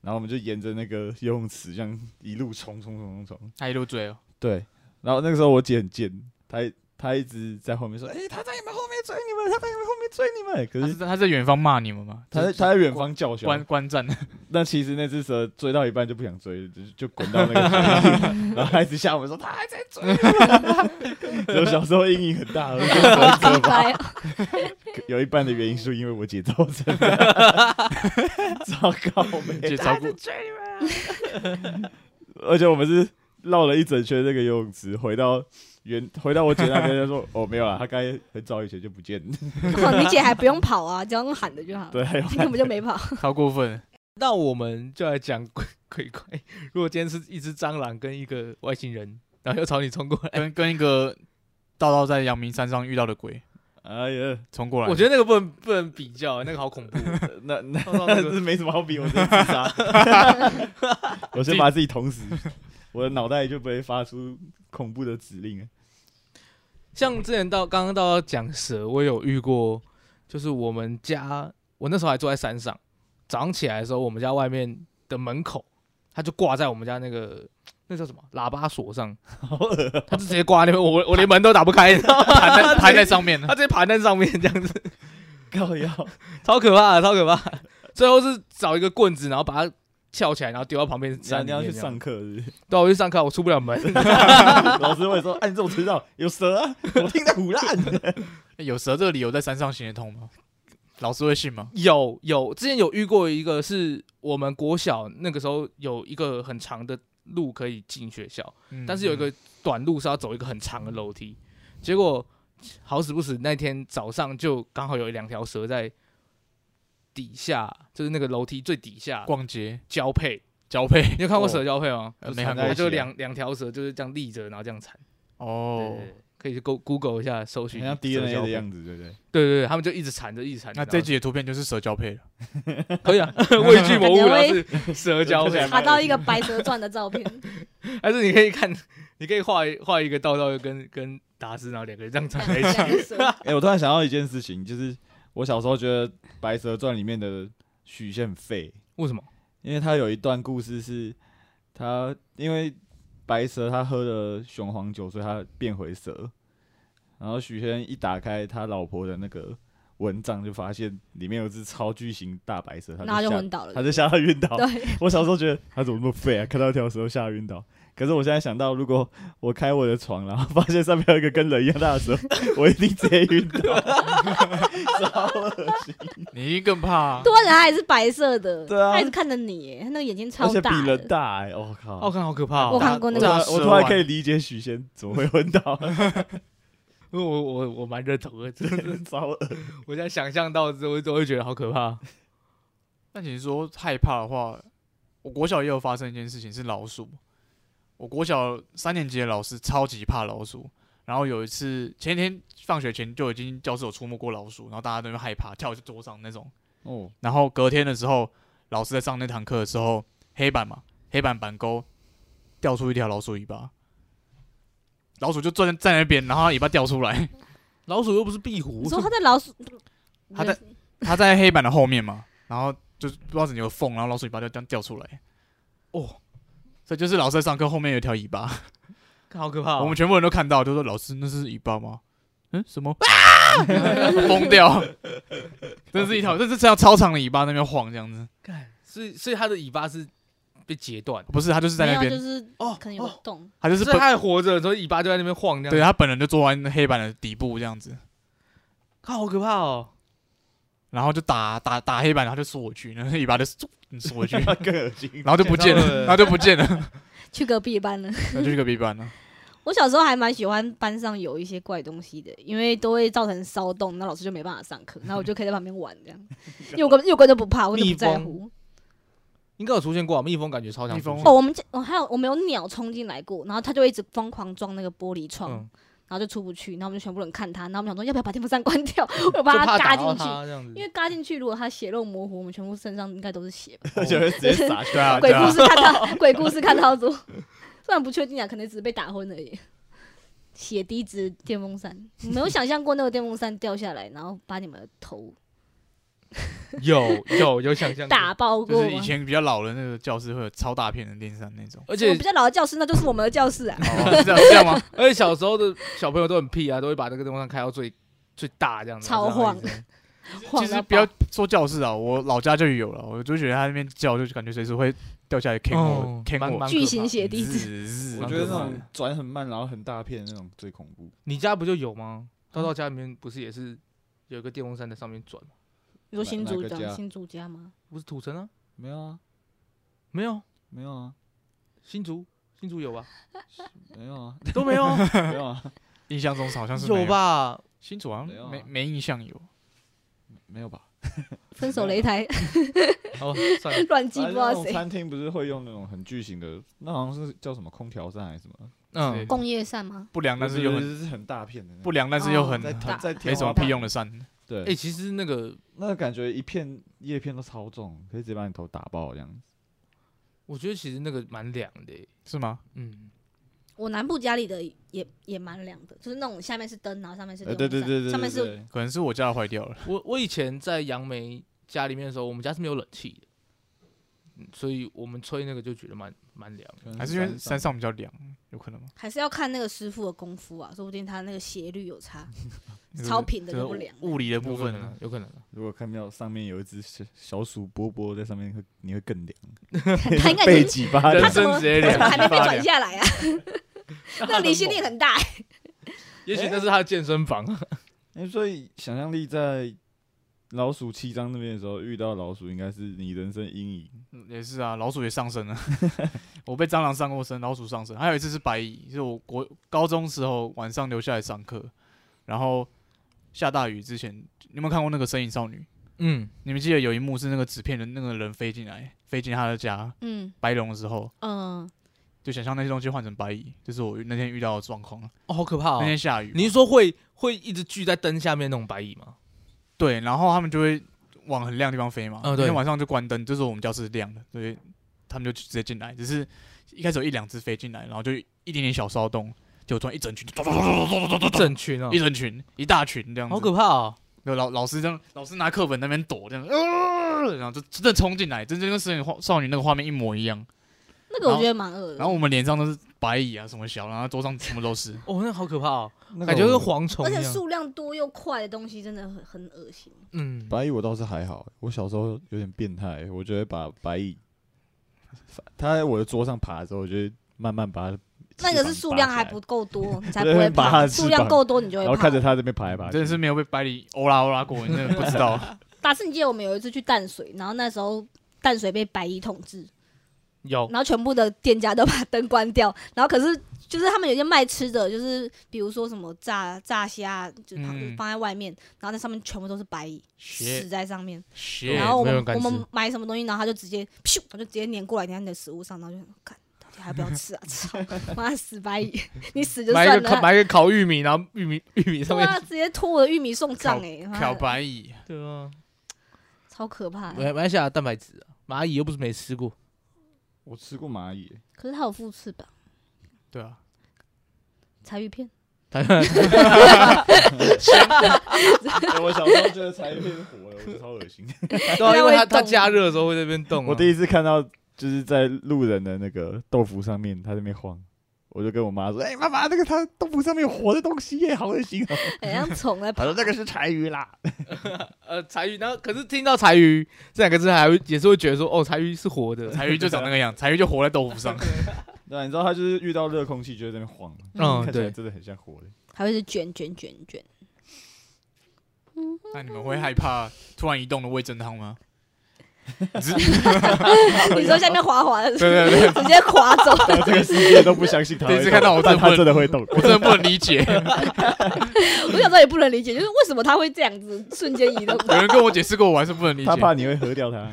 Speaker 5: 然后我们就沿着那个游泳池这样一路冲冲冲冲冲。
Speaker 2: 它一路追哦，
Speaker 5: 对，然后那个时候我姐很贱，她她一直在后面说：“哎、她在你们后面追你们，她在你们后面追你们。”可
Speaker 2: 它
Speaker 5: 是
Speaker 2: 是它在远方骂你们吗？
Speaker 5: 她在她在远方叫
Speaker 2: 观
Speaker 5: 嚣。
Speaker 2: 观 战，
Speaker 5: 那其实那只蛇追到一半就不想追，就就滚到那个水里， 然后她一直吓我们说：“她还在追我。” 就小时候阴影很大， 我就觉得 蛇很可怕
Speaker 3: 拜，
Speaker 5: 有一半的原因是因为我姐造成的。 糟糕，我们
Speaker 2: 姐照顾
Speaker 5: 而且我们是绕了一整圈那个游泳池，回到原回到我姐那边，她说哦没有啦，她该很早以前就不见了。
Speaker 3: 哦你姐还不用跑啊， 只要用喊的就好了。
Speaker 5: 对，还有
Speaker 3: 你根本就没 跑。
Speaker 2: 超过分。
Speaker 1: 那我们就来讲鬼 鬼怪。如果今天是一只蟑螂跟一个外星人，然后又朝你冲过来，
Speaker 2: 跟跟一个道道在阳明山上遇到的鬼
Speaker 5: 哎呀，
Speaker 2: 冲过来，
Speaker 1: 我觉得那个不能不能比较，那个好恐怖。
Speaker 5: 那那
Speaker 1: 到时候那
Speaker 5: 那
Speaker 1: 个
Speaker 5: 是没什么好比，我直接自杀， 我先把自己捅死，我的脑袋就不会发出恐怖的指令了。
Speaker 1: 像之前到刚刚到讲蛇，我有遇过，就是我们家，我那时候还住在山上，早上起来的时候，我们家外面的门口，它就挂在我们家那个那叫什么喇叭锁 上，它就直接挂在那边，我我连门都打不开，你知道吗？
Speaker 2: 盘 在盘在上面呢
Speaker 1: 它，直接盘在上面这样子，
Speaker 5: 靠腰，
Speaker 1: 超可怕的，超可怕的。最后是找一个棍子，然后把它翘起来，然后丢到旁边
Speaker 5: 你要
Speaker 1: 山
Speaker 5: 你
Speaker 1: 里
Speaker 5: 要
Speaker 1: 面
Speaker 5: 去
Speaker 1: 这样
Speaker 5: 上课是不是？
Speaker 1: 对啊，我去上课，我出不了门。
Speaker 5: 老师会说：“哎，你怎么知道有蛇啊？我听在胡乱。
Speaker 2: 有蛇这个理由在山上行得通吗？老师会信吗？
Speaker 1: 有有，之前有遇过一个，是我们国小那个时候有一个很长的路可以进学校，
Speaker 2: 嗯
Speaker 1: 但是有一个短路是要走一个很长的楼梯，结果好死不死那天早上就刚好有一两条蛇在底下，就是那个楼梯最底下
Speaker 2: 逛街
Speaker 1: 交配。
Speaker 2: 交配
Speaker 1: 你有看过蛇交配吗？
Speaker 2: 呃
Speaker 1: 就是
Speaker 2: 没
Speaker 1: 缠
Speaker 2: 看过
Speaker 1: 它就
Speaker 5: 在一起啊
Speaker 1: 两两条蛇就是这样立着，然后这样缠。对
Speaker 2: 哦
Speaker 1: 对，对可以去 Go Google 一下，搜”寻
Speaker 5: 很像
Speaker 1: 蛇
Speaker 5: DNA
Speaker 1: 交
Speaker 5: 的
Speaker 1: 配
Speaker 5: 样子，对不对？
Speaker 1: 对对对，他们就一直缠着，一直缠着。
Speaker 2: 那
Speaker 1: 然
Speaker 2: 这
Speaker 1: 后
Speaker 2: 集的图片就是蛇交配了。
Speaker 1: 可以 啊，畏惧魔物，然后是蛇交 配，
Speaker 3: 查到一个《白蛇传》的照片，
Speaker 1: 还是你可以看， 你可以画一画一个道道跟跟达斯，然后两个人这样缠在 一起。
Speaker 3: 两个蛇
Speaker 5: 哎，我突然想到一件事情，就是我小时候觉得《白蛇传》里面的许仙很废，
Speaker 1: 为什么？
Speaker 5: 因为他有一段故事是，他因为白蛇他喝了雄黄酒，所以他变回蛇。然后许仙一打开他老婆的那个蚊帐，就发现里面有只超巨型大白蛇，他
Speaker 3: 然后
Speaker 5: 就
Speaker 3: 就
Speaker 5: 吓
Speaker 3: 昏倒了。
Speaker 5: 他就吓到晕倒。
Speaker 3: 对，
Speaker 5: 我小时候觉得他怎么那么废啊，看到一条蛇吓晕倒。可是我现在想到，如果我开我的床，然后发现上面有一个跟人一样大的 蛇，我一定直接晕倒，超恶心，
Speaker 2: 你一定更怕
Speaker 3: 突然他还是白色的，
Speaker 5: 对啊
Speaker 3: 他一直看着你耶，他那个眼睛
Speaker 5: 而
Speaker 3: 超
Speaker 5: 且比
Speaker 3: 大的
Speaker 5: 人大哎、我、靠！
Speaker 1: 哦，看好可怕
Speaker 3: 我
Speaker 1: 哦！
Speaker 3: 看过那
Speaker 5: 我
Speaker 3: 个
Speaker 2: 大
Speaker 5: 我
Speaker 2: 蛇
Speaker 5: 突
Speaker 3: 啊
Speaker 5: 然
Speaker 2: 丸
Speaker 5: 可以理解许仙怎么会昏倒，
Speaker 1: 因为我我我蛮认同的，真的 是
Speaker 5: 超恶
Speaker 1: 我现在想象到之后，我都会觉得好可怕。
Speaker 2: 那你说害怕的话，我国小也有发生一件事情是老鼠。我国小三年级的老师超级怕老鼠，然后有一次前一天放学前就已经教室有出没过老鼠，然后大家都会害怕跳去桌上那种。
Speaker 5: 哦，
Speaker 2: 然后隔天的时候，老师在上那堂课的时候，黑板嘛，黑板板钩掉出一条老鼠尾巴，老鼠就站在站在那边，然后它尾巴掉出 来，
Speaker 1: 老鼠又不是壁虎
Speaker 3: 你，说他在老鼠，
Speaker 2: 他在它在黑板的后面嘛，然后就是不知道怎么有缝，然后老鼠尾巴就这样掉出来。
Speaker 1: 哦，
Speaker 2: 所以就是老师在上课后面有一条尾巴，
Speaker 1: 看 好可怕哦。
Speaker 2: 我们全部人都看到，就说老师那是尾巴吗？嗯，什么？啊 疯掉！这是一条，这是这条超长的尾巴，那边晃这样子，
Speaker 1: 看，所以所以它的尾巴是被截断，
Speaker 2: 不是，它就是在
Speaker 3: 没
Speaker 2: 那
Speaker 3: 有就
Speaker 2: 边，
Speaker 3: 是
Speaker 1: 哦
Speaker 3: 可能有个洞，
Speaker 2: 它就是
Speaker 1: 所以
Speaker 2: 本
Speaker 1: 它还活着，所以尾巴就在那边晃这样。
Speaker 2: 对，他本人就坐在那黑板的底部这样子，
Speaker 1: 看好可怕哦。
Speaker 2: 然后就打打打黑板，然后就缩回去，然后尾巴就嗖嗯缩 回去，
Speaker 5: 更恶心。
Speaker 2: 然后就不见了，然后就不见了，
Speaker 3: 去隔壁班了。
Speaker 2: 那就去隔壁班了。
Speaker 3: 我小时候还蛮喜欢班上有一些怪东西的，因为都会造成骚动，那老师就没办法上课，然后我就可以在旁边玩这 样，因为我根本因为我根本就不怕，我就不在
Speaker 1: 蜜
Speaker 3: 乎。
Speaker 1: 应该有出现过啊，蜜蜂感觉超强。
Speaker 2: 蜜蜂
Speaker 3: 哦，我们家哦还有我们有鸟冲进来过，然后它就一直疯狂撞那个玻璃窗，
Speaker 1: 嗯，
Speaker 3: 然后就出不去，然后我们就全部人看它，然后我们想说要不要把电风扇关掉，我
Speaker 1: 就
Speaker 3: 把
Speaker 1: 怕
Speaker 3: 它
Speaker 1: 打
Speaker 3: 嘎
Speaker 1: 到
Speaker 3: 进去。
Speaker 1: 它这样子
Speaker 3: 因。为嘎进去，如果它血肉模糊，我们全部身上应该都是血吧。
Speaker 5: 而且会直接撒
Speaker 2: 对啊
Speaker 5: 下来，
Speaker 3: 鬼故事看到，鬼故事看到多， 虽然不确定啊，可能只是被打昏而已。血滴子电风扇，你没有想象过那个电风扇掉下来，然后把你们的头
Speaker 1: 有有有想象过
Speaker 3: 打爆
Speaker 2: 就
Speaker 3: 过
Speaker 2: 是以
Speaker 3: 吗？
Speaker 2: 前比较老的那个教室会有超大片的电扇那
Speaker 1: ，
Speaker 2: 种
Speaker 1: 而
Speaker 3: 我
Speaker 1: 且
Speaker 3: 们比较老的教室，那就是我们的教室啊。
Speaker 2: 哦 是这样是这样吗？
Speaker 1: 而且小时候的小朋友都很屁啊，都会把那个电风扇开到最最大这样子，
Speaker 3: 超晃
Speaker 1: 这样子
Speaker 3: 晃
Speaker 2: 其实
Speaker 3: 到
Speaker 2: 不要
Speaker 3: 爆
Speaker 2: 说教室啊，我老家就有了，我就觉得他那边叫，就感觉随时会掉下来 k 我
Speaker 1: 哦
Speaker 2: k
Speaker 1: 蛮
Speaker 2: 我
Speaker 1: 蛮。
Speaker 3: 巨型血滴子，
Speaker 2: 子
Speaker 5: 我觉得那种转很慢，然后很大片的那种最恐怖。
Speaker 1: 你家不就有吗？
Speaker 3: 嗯
Speaker 1: 到到家里面不是也是有一个电风扇在上面转吗？
Speaker 3: 你说新竹
Speaker 5: 哪个家
Speaker 3: 家新竹家吗？
Speaker 1: 不是土城啊？
Speaker 5: 没有啊，
Speaker 1: 没有，
Speaker 5: 没有啊，
Speaker 1: 新竹新竹有吧？
Speaker 5: 没有啊，
Speaker 1: 都没有，
Speaker 5: 没有啊，
Speaker 2: 印象中好像是没
Speaker 1: 有？吧？
Speaker 2: 新竹好
Speaker 5: 没有
Speaker 2: 像
Speaker 5: 啊
Speaker 2: 没没印象有，
Speaker 5: 没有吧？
Speaker 3: 分手擂 台
Speaker 1: 哦，算了，
Speaker 3: 乱记
Speaker 5: 反
Speaker 3: 不知
Speaker 5: 正啊那
Speaker 3: 道
Speaker 5: 种
Speaker 3: 谁。
Speaker 5: 餐厅不是会用那种很巨型的，那好像是叫什么空调扇还是什么？
Speaker 1: 嗯，
Speaker 3: 工业扇吗？
Speaker 2: 不良但是又
Speaker 5: 有
Speaker 2: 很
Speaker 5: 是很大片的那种，
Speaker 2: 不良，但是又
Speaker 3: 哦
Speaker 2: 很
Speaker 5: 在啊
Speaker 3: 大
Speaker 5: 在
Speaker 2: 没
Speaker 5: 天
Speaker 2: 什么
Speaker 5: 花板
Speaker 2: 屁用的扇。
Speaker 5: 对，
Speaker 1: 哎，其实那个
Speaker 5: 那个感觉一片叶片都超重，可以直接把你头打爆这样子。
Speaker 1: 我觉得其实那个蛮凉的欸，
Speaker 2: 是吗？
Speaker 1: 嗯，
Speaker 3: 我南部家里的也也蛮凉的，就是那种下面是灯，然后上面是
Speaker 5: 呃，
Speaker 3: 电
Speaker 5: 对
Speaker 3: 风
Speaker 5: 对
Speaker 3: 扇，
Speaker 5: 对对，
Speaker 3: 上面
Speaker 5: 对
Speaker 3: 是
Speaker 5: 对
Speaker 2: 可能是我家的坏掉了。
Speaker 1: 我我以前在杨梅家里面的时候，我们家是没有冷气的，嗯所以我们吹那个就觉得蛮蛮凉的。
Speaker 2: 还是因为山上比较凉，有可能吗？
Speaker 3: 还是要看那个师傅的功夫啊，说不定他那个斜率有 差，
Speaker 2: 那个
Speaker 3: 超平的
Speaker 2: 这个
Speaker 3: 就不凉。
Speaker 2: 物理的部
Speaker 1: 有可
Speaker 2: 分
Speaker 1: 能啊
Speaker 2: 呢，
Speaker 1: 有可能啊，
Speaker 5: 如果看到上面有一只小小鼠波波在上面，会你会更凉，
Speaker 3: 他 应该已
Speaker 5: 背
Speaker 3: 经
Speaker 5: 几巴
Speaker 1: 人
Speaker 5: 凉
Speaker 3: 他。怎
Speaker 1: 生
Speaker 3: 么
Speaker 1: 直接
Speaker 3: 怎么
Speaker 1: 凉，
Speaker 3: 还没被转下 来啊？ 那个离心力很大欸、
Speaker 1: 也许那是他的健身 房。
Speaker 5: 哎、所以想象力在老鼠七章那边的时候遇到老鼠，应该是你人生阴影。
Speaker 2: 嗯也是啊，老鼠也上身 了。我被蟑螂上过身，老鼠上身，还有一次是白蚁，是我国高中时候晚上留下来上课，然后下大雨之前，你有没有看过那个《身影少女》？
Speaker 1: 嗯，
Speaker 2: 你们记得有一幕是那个纸片人，那个人飞进来，飞进他的家，
Speaker 3: 嗯
Speaker 2: 白龙的时候，
Speaker 3: 嗯，
Speaker 2: 就想象那些东西换成白蚁，这、是我那天遇到的状况。
Speaker 1: 哦，好可怕哦
Speaker 2: 那！天下雨，
Speaker 1: 你是说会会一直聚在灯下面那种白蚁吗？
Speaker 2: 对，然后他们就会往很亮的地方飞嘛。
Speaker 1: 嗯
Speaker 2: 那
Speaker 1: 对
Speaker 2: 天晚上就关灯，这时候我们教室是亮的，所以他们就直接进来。只是一开始有一两只飞进来，然后就一点点小骚动，就突然一整群，
Speaker 1: 一整群哦
Speaker 2: 一，整群，一大群这样子。
Speaker 1: 好可怕哦！
Speaker 2: 有老老师这样，老师拿课本那边躲这样，呃然后就真的冲进来，真正跟《神隐画少女》那个画面一模一样。
Speaker 3: 那个我觉得蛮恶的。
Speaker 2: 然后我们脸上都是白蚁啊，什么小，然后桌上什么都是。
Speaker 1: 哦，那好可怕哦，
Speaker 5: 那
Speaker 1: 感觉跟蝗虫
Speaker 3: 而
Speaker 1: 一
Speaker 3: 且
Speaker 1: 样。
Speaker 3: 数量多又快的东西真的很很恶心。
Speaker 1: 嗯，
Speaker 5: 白蚁我倒是还好，我小时候有点变态，我就会把白蚁，它在我的桌上爬的时候，我就会慢慢把它
Speaker 3: 那个是数量还
Speaker 5: 翅膀
Speaker 3: 不够多，你才
Speaker 5: 对
Speaker 3: 不会
Speaker 5: 把它
Speaker 3: 怕。
Speaker 5: 的翅
Speaker 3: 数量
Speaker 5: 膀
Speaker 3: 够多，你就
Speaker 5: 拔起
Speaker 3: 会
Speaker 5: 来，然
Speaker 3: 怕
Speaker 5: 后看。着它这边爬来
Speaker 1: 啊
Speaker 5: 爬去，
Speaker 2: 真的是没有被白蚁哦欧拉欧拉过，你真的不知道。
Speaker 3: 大师，你记得我们有一次去淡水，然后那时候淡水被白蚁统治，
Speaker 1: 有
Speaker 3: 然后全部的店家都把灯关掉，然后可是就是他们有些卖吃的，就是比如说什么炸炸虾，就旁
Speaker 2: 嗯
Speaker 3: 放在外面，然后那上面全部都是白蚁死
Speaker 1: 血
Speaker 3: 在上面，
Speaker 1: 对
Speaker 2: 血
Speaker 3: 然后我
Speaker 1: 没有人
Speaker 3: 们
Speaker 1: 敢
Speaker 3: 我
Speaker 1: 吃
Speaker 3: 们买什么东西，然后他就直接咻，他就直接粘过来粘在你的食物上，然后就想看。到底还要不要吃啊！操，妈死白蚁，你死就
Speaker 1: 买一
Speaker 3: 算
Speaker 1: 个烤
Speaker 3: 了，啊
Speaker 1: 买一个烤玉米，然后玉米玉米上
Speaker 3: 对
Speaker 1: 面
Speaker 3: 啊，直接拖我的玉米送葬哎、妈
Speaker 2: 漂
Speaker 3: 的
Speaker 2: 白蚁，
Speaker 1: 对啊，
Speaker 3: 超可怕的、
Speaker 1: 马来西亚的蛋白质啊，蚂蚁又不是没吃 过。
Speaker 5: 我吃过蚂蚁，
Speaker 3: 可是它有副翅膀，
Speaker 2: 对啊，
Speaker 3: 柴鱼片。
Speaker 1: 台
Speaker 5: 我小时候觉得才变火，我觉得超恶心。
Speaker 1: 对啊，因为它它
Speaker 3: 动
Speaker 1: 加热的时候会在那边动啊。
Speaker 5: 我第一次看到就是在路人的那个豆腐上面，它在那边晃，我就跟我妈说：“哎、妈妈，那个它豆腐上面有活的东西耶，好恶心哦。
Speaker 3: 很 像虫在”爬
Speaker 5: 她说：“那个是柴鱼啦。
Speaker 1: 呃柴鱼，然后可是听到柴鱼这两个字，还会也是会觉得说哦，柴鱼是活的。
Speaker 2: 柴鱼就 长那个样，柴鱼就活在豆腐上。”
Speaker 5: 对啊，你知道它就是遇到热空气就会在那边晃，
Speaker 1: 嗯，
Speaker 5: 看起来
Speaker 1: 对，
Speaker 5: 真的很像活的。
Speaker 3: 还会是卷卷卷卷。
Speaker 2: 那你们会害怕突然移动的味噌汤吗？
Speaker 3: 你说下面滑滑的，
Speaker 2: 对对对，
Speaker 3: 直接滑走，
Speaker 5: 但这个世界都不相信它会
Speaker 2: 第一次看到我
Speaker 5: 动
Speaker 2: 真
Speaker 5: 但
Speaker 2: 的
Speaker 5: 它
Speaker 2: 不
Speaker 5: 真
Speaker 2: 能，
Speaker 5: 的会动。
Speaker 2: 我真的不能理解。
Speaker 3: 我小时候也不能理解，就是为什么它会这样子瞬间移动。
Speaker 2: 有人跟我解释过，我还是不能理
Speaker 5: 他怕
Speaker 2: 解。
Speaker 5: 你会喝掉它，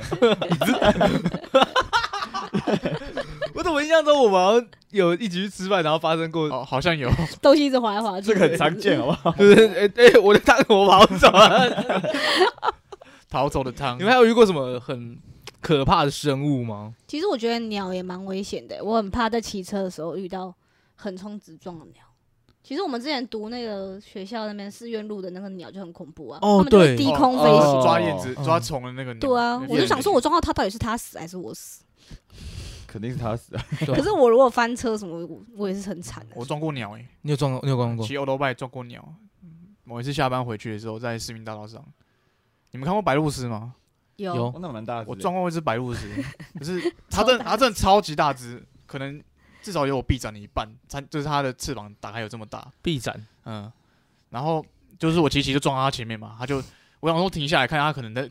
Speaker 1: 我怎么印象中我们好像有一起去吃饭，然后发生过，
Speaker 2: 哦，好像有，
Speaker 3: 东西一直滑来滑去，
Speaker 5: 这个很常见，好不好？
Speaker 1: 就是哎哎，我的汤我跑走了。
Speaker 2: 逃走的汤哦
Speaker 1: 你。们还有遇过什么很可怕的生物吗？
Speaker 3: 其实我觉得鸟也蛮危险的，我很怕在骑车的时候遇到横冲直撞的鸟。其实我们之前读那个学校那边寺院路的那个鸟就很恐怖啊，
Speaker 1: 哦
Speaker 3: 它们就
Speaker 1: 对
Speaker 3: 是低空飞行。
Speaker 5: 哦
Speaker 2: 抓叶子、
Speaker 1: 嗯
Speaker 2: 抓虫的那个鸟。
Speaker 3: 对啊，我就想说，我撞到它到底是它死还是我死？
Speaker 5: 肯定是他死啊！
Speaker 1: 对
Speaker 3: 可是我如果翻车什么，我我也是很惨的。
Speaker 2: 我撞过鸟哎，
Speaker 1: 你有撞过？你有撞过？
Speaker 2: 骑欧罗拜撞过鸟。某一次下班回去的时候，在市民大道上，你们看过白鹭鸶吗？
Speaker 1: 有
Speaker 5: 哦那蛮大只的，
Speaker 2: 我撞过一只白鹭 鸶，可是它真的它真的超级大只，可能至少有我臂展的一半，它就是它的翅膀打开有这么大，
Speaker 1: 臂展，
Speaker 2: 嗯，然后就是我骑骑就撞到它前面嘛，它就我想说停下来看它可能在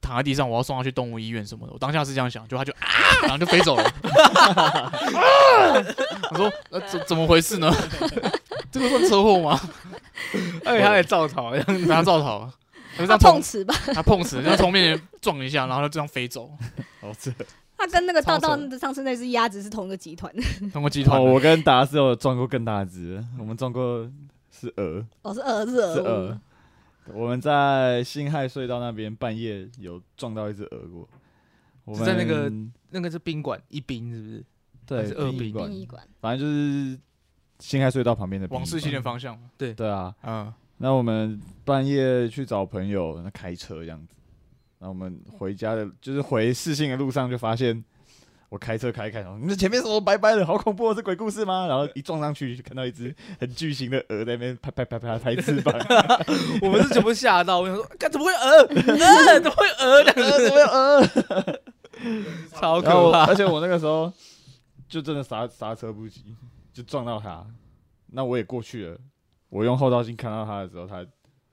Speaker 2: 躺在地上，我要送它去动物医院什么的，我当下是这样想，就它就啊，然后就飞走了， 啊我说呃怎怎么回事呢？ 这个算车祸吗？
Speaker 1: 哎，他也造逃，
Speaker 2: 被它造逃，它就这
Speaker 3: 它
Speaker 2: 样
Speaker 3: 碰
Speaker 2: 从
Speaker 3: 瓷吧，
Speaker 2: 它碰死，就从面前撞一下，然后它就这样飞走，
Speaker 5: 好吃。
Speaker 3: 它跟那个道道
Speaker 2: 超扯
Speaker 3: 上次那只鸭子是同一个集团，
Speaker 2: 通过集团
Speaker 5: 哦，。我跟达斯有撞过更大只的，我们撞过是鹅，
Speaker 3: 哦，是鹅，是
Speaker 5: 是
Speaker 3: 鹅
Speaker 5: 鹅。。我们在辛亥隧道那边半夜有撞到一只鹅过，我
Speaker 1: 是
Speaker 5: 们
Speaker 1: 在那个那个是宾馆一宾是不是？还
Speaker 5: 对
Speaker 1: 是二
Speaker 5: 殡仪
Speaker 1: 兵
Speaker 5: 馆
Speaker 3: 殡，仪馆，
Speaker 5: 反正就是辛亥隧道旁边的殡仪
Speaker 2: 往市西
Speaker 5: 馆
Speaker 2: 的方向嘛，
Speaker 5: 对啊，
Speaker 2: 嗯，
Speaker 5: 那我们半夜去找朋友，那开车这样子。然后我们回家的，就是回市信的路上，就发现我开车开一开，然后你们前面什么白白的，好恐怖、哦，是鬼故事吗？然后一撞上去，就看到一只很巨型的鹅在那边拍拍拍拍拍翅膀，
Speaker 1: 我们是全部吓到，我想说，干怎么会鹅？鹅怎么会鹅？这样
Speaker 5: 呃，怎么有鹅？
Speaker 1: 超
Speaker 5: 然后
Speaker 1: 可
Speaker 5: 我，
Speaker 1: 怕
Speaker 5: 而。且我那个时候就真的刹刹车不及，就撞到他。那我也过去了，我用后照镜看到他的时候，他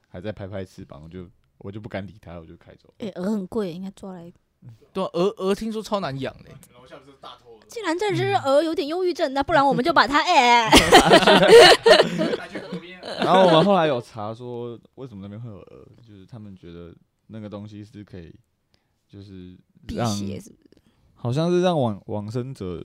Speaker 5: 还在拍拍翅膀，我就我就不敢理他，我就开走。
Speaker 3: 哎、鹅很贵，应该抓来。
Speaker 1: 对啊，鹅鹅听说超难养的，
Speaker 3: 既然这只鹅有点忧郁症，那不然我们就 把它哎、
Speaker 5: 然后我们后来有查说，为什么那边会有鹅，就是他们觉得那个东西是可以，就是
Speaker 3: 辟
Speaker 5: 让
Speaker 3: 邪是不是？
Speaker 5: 好像是让往往生者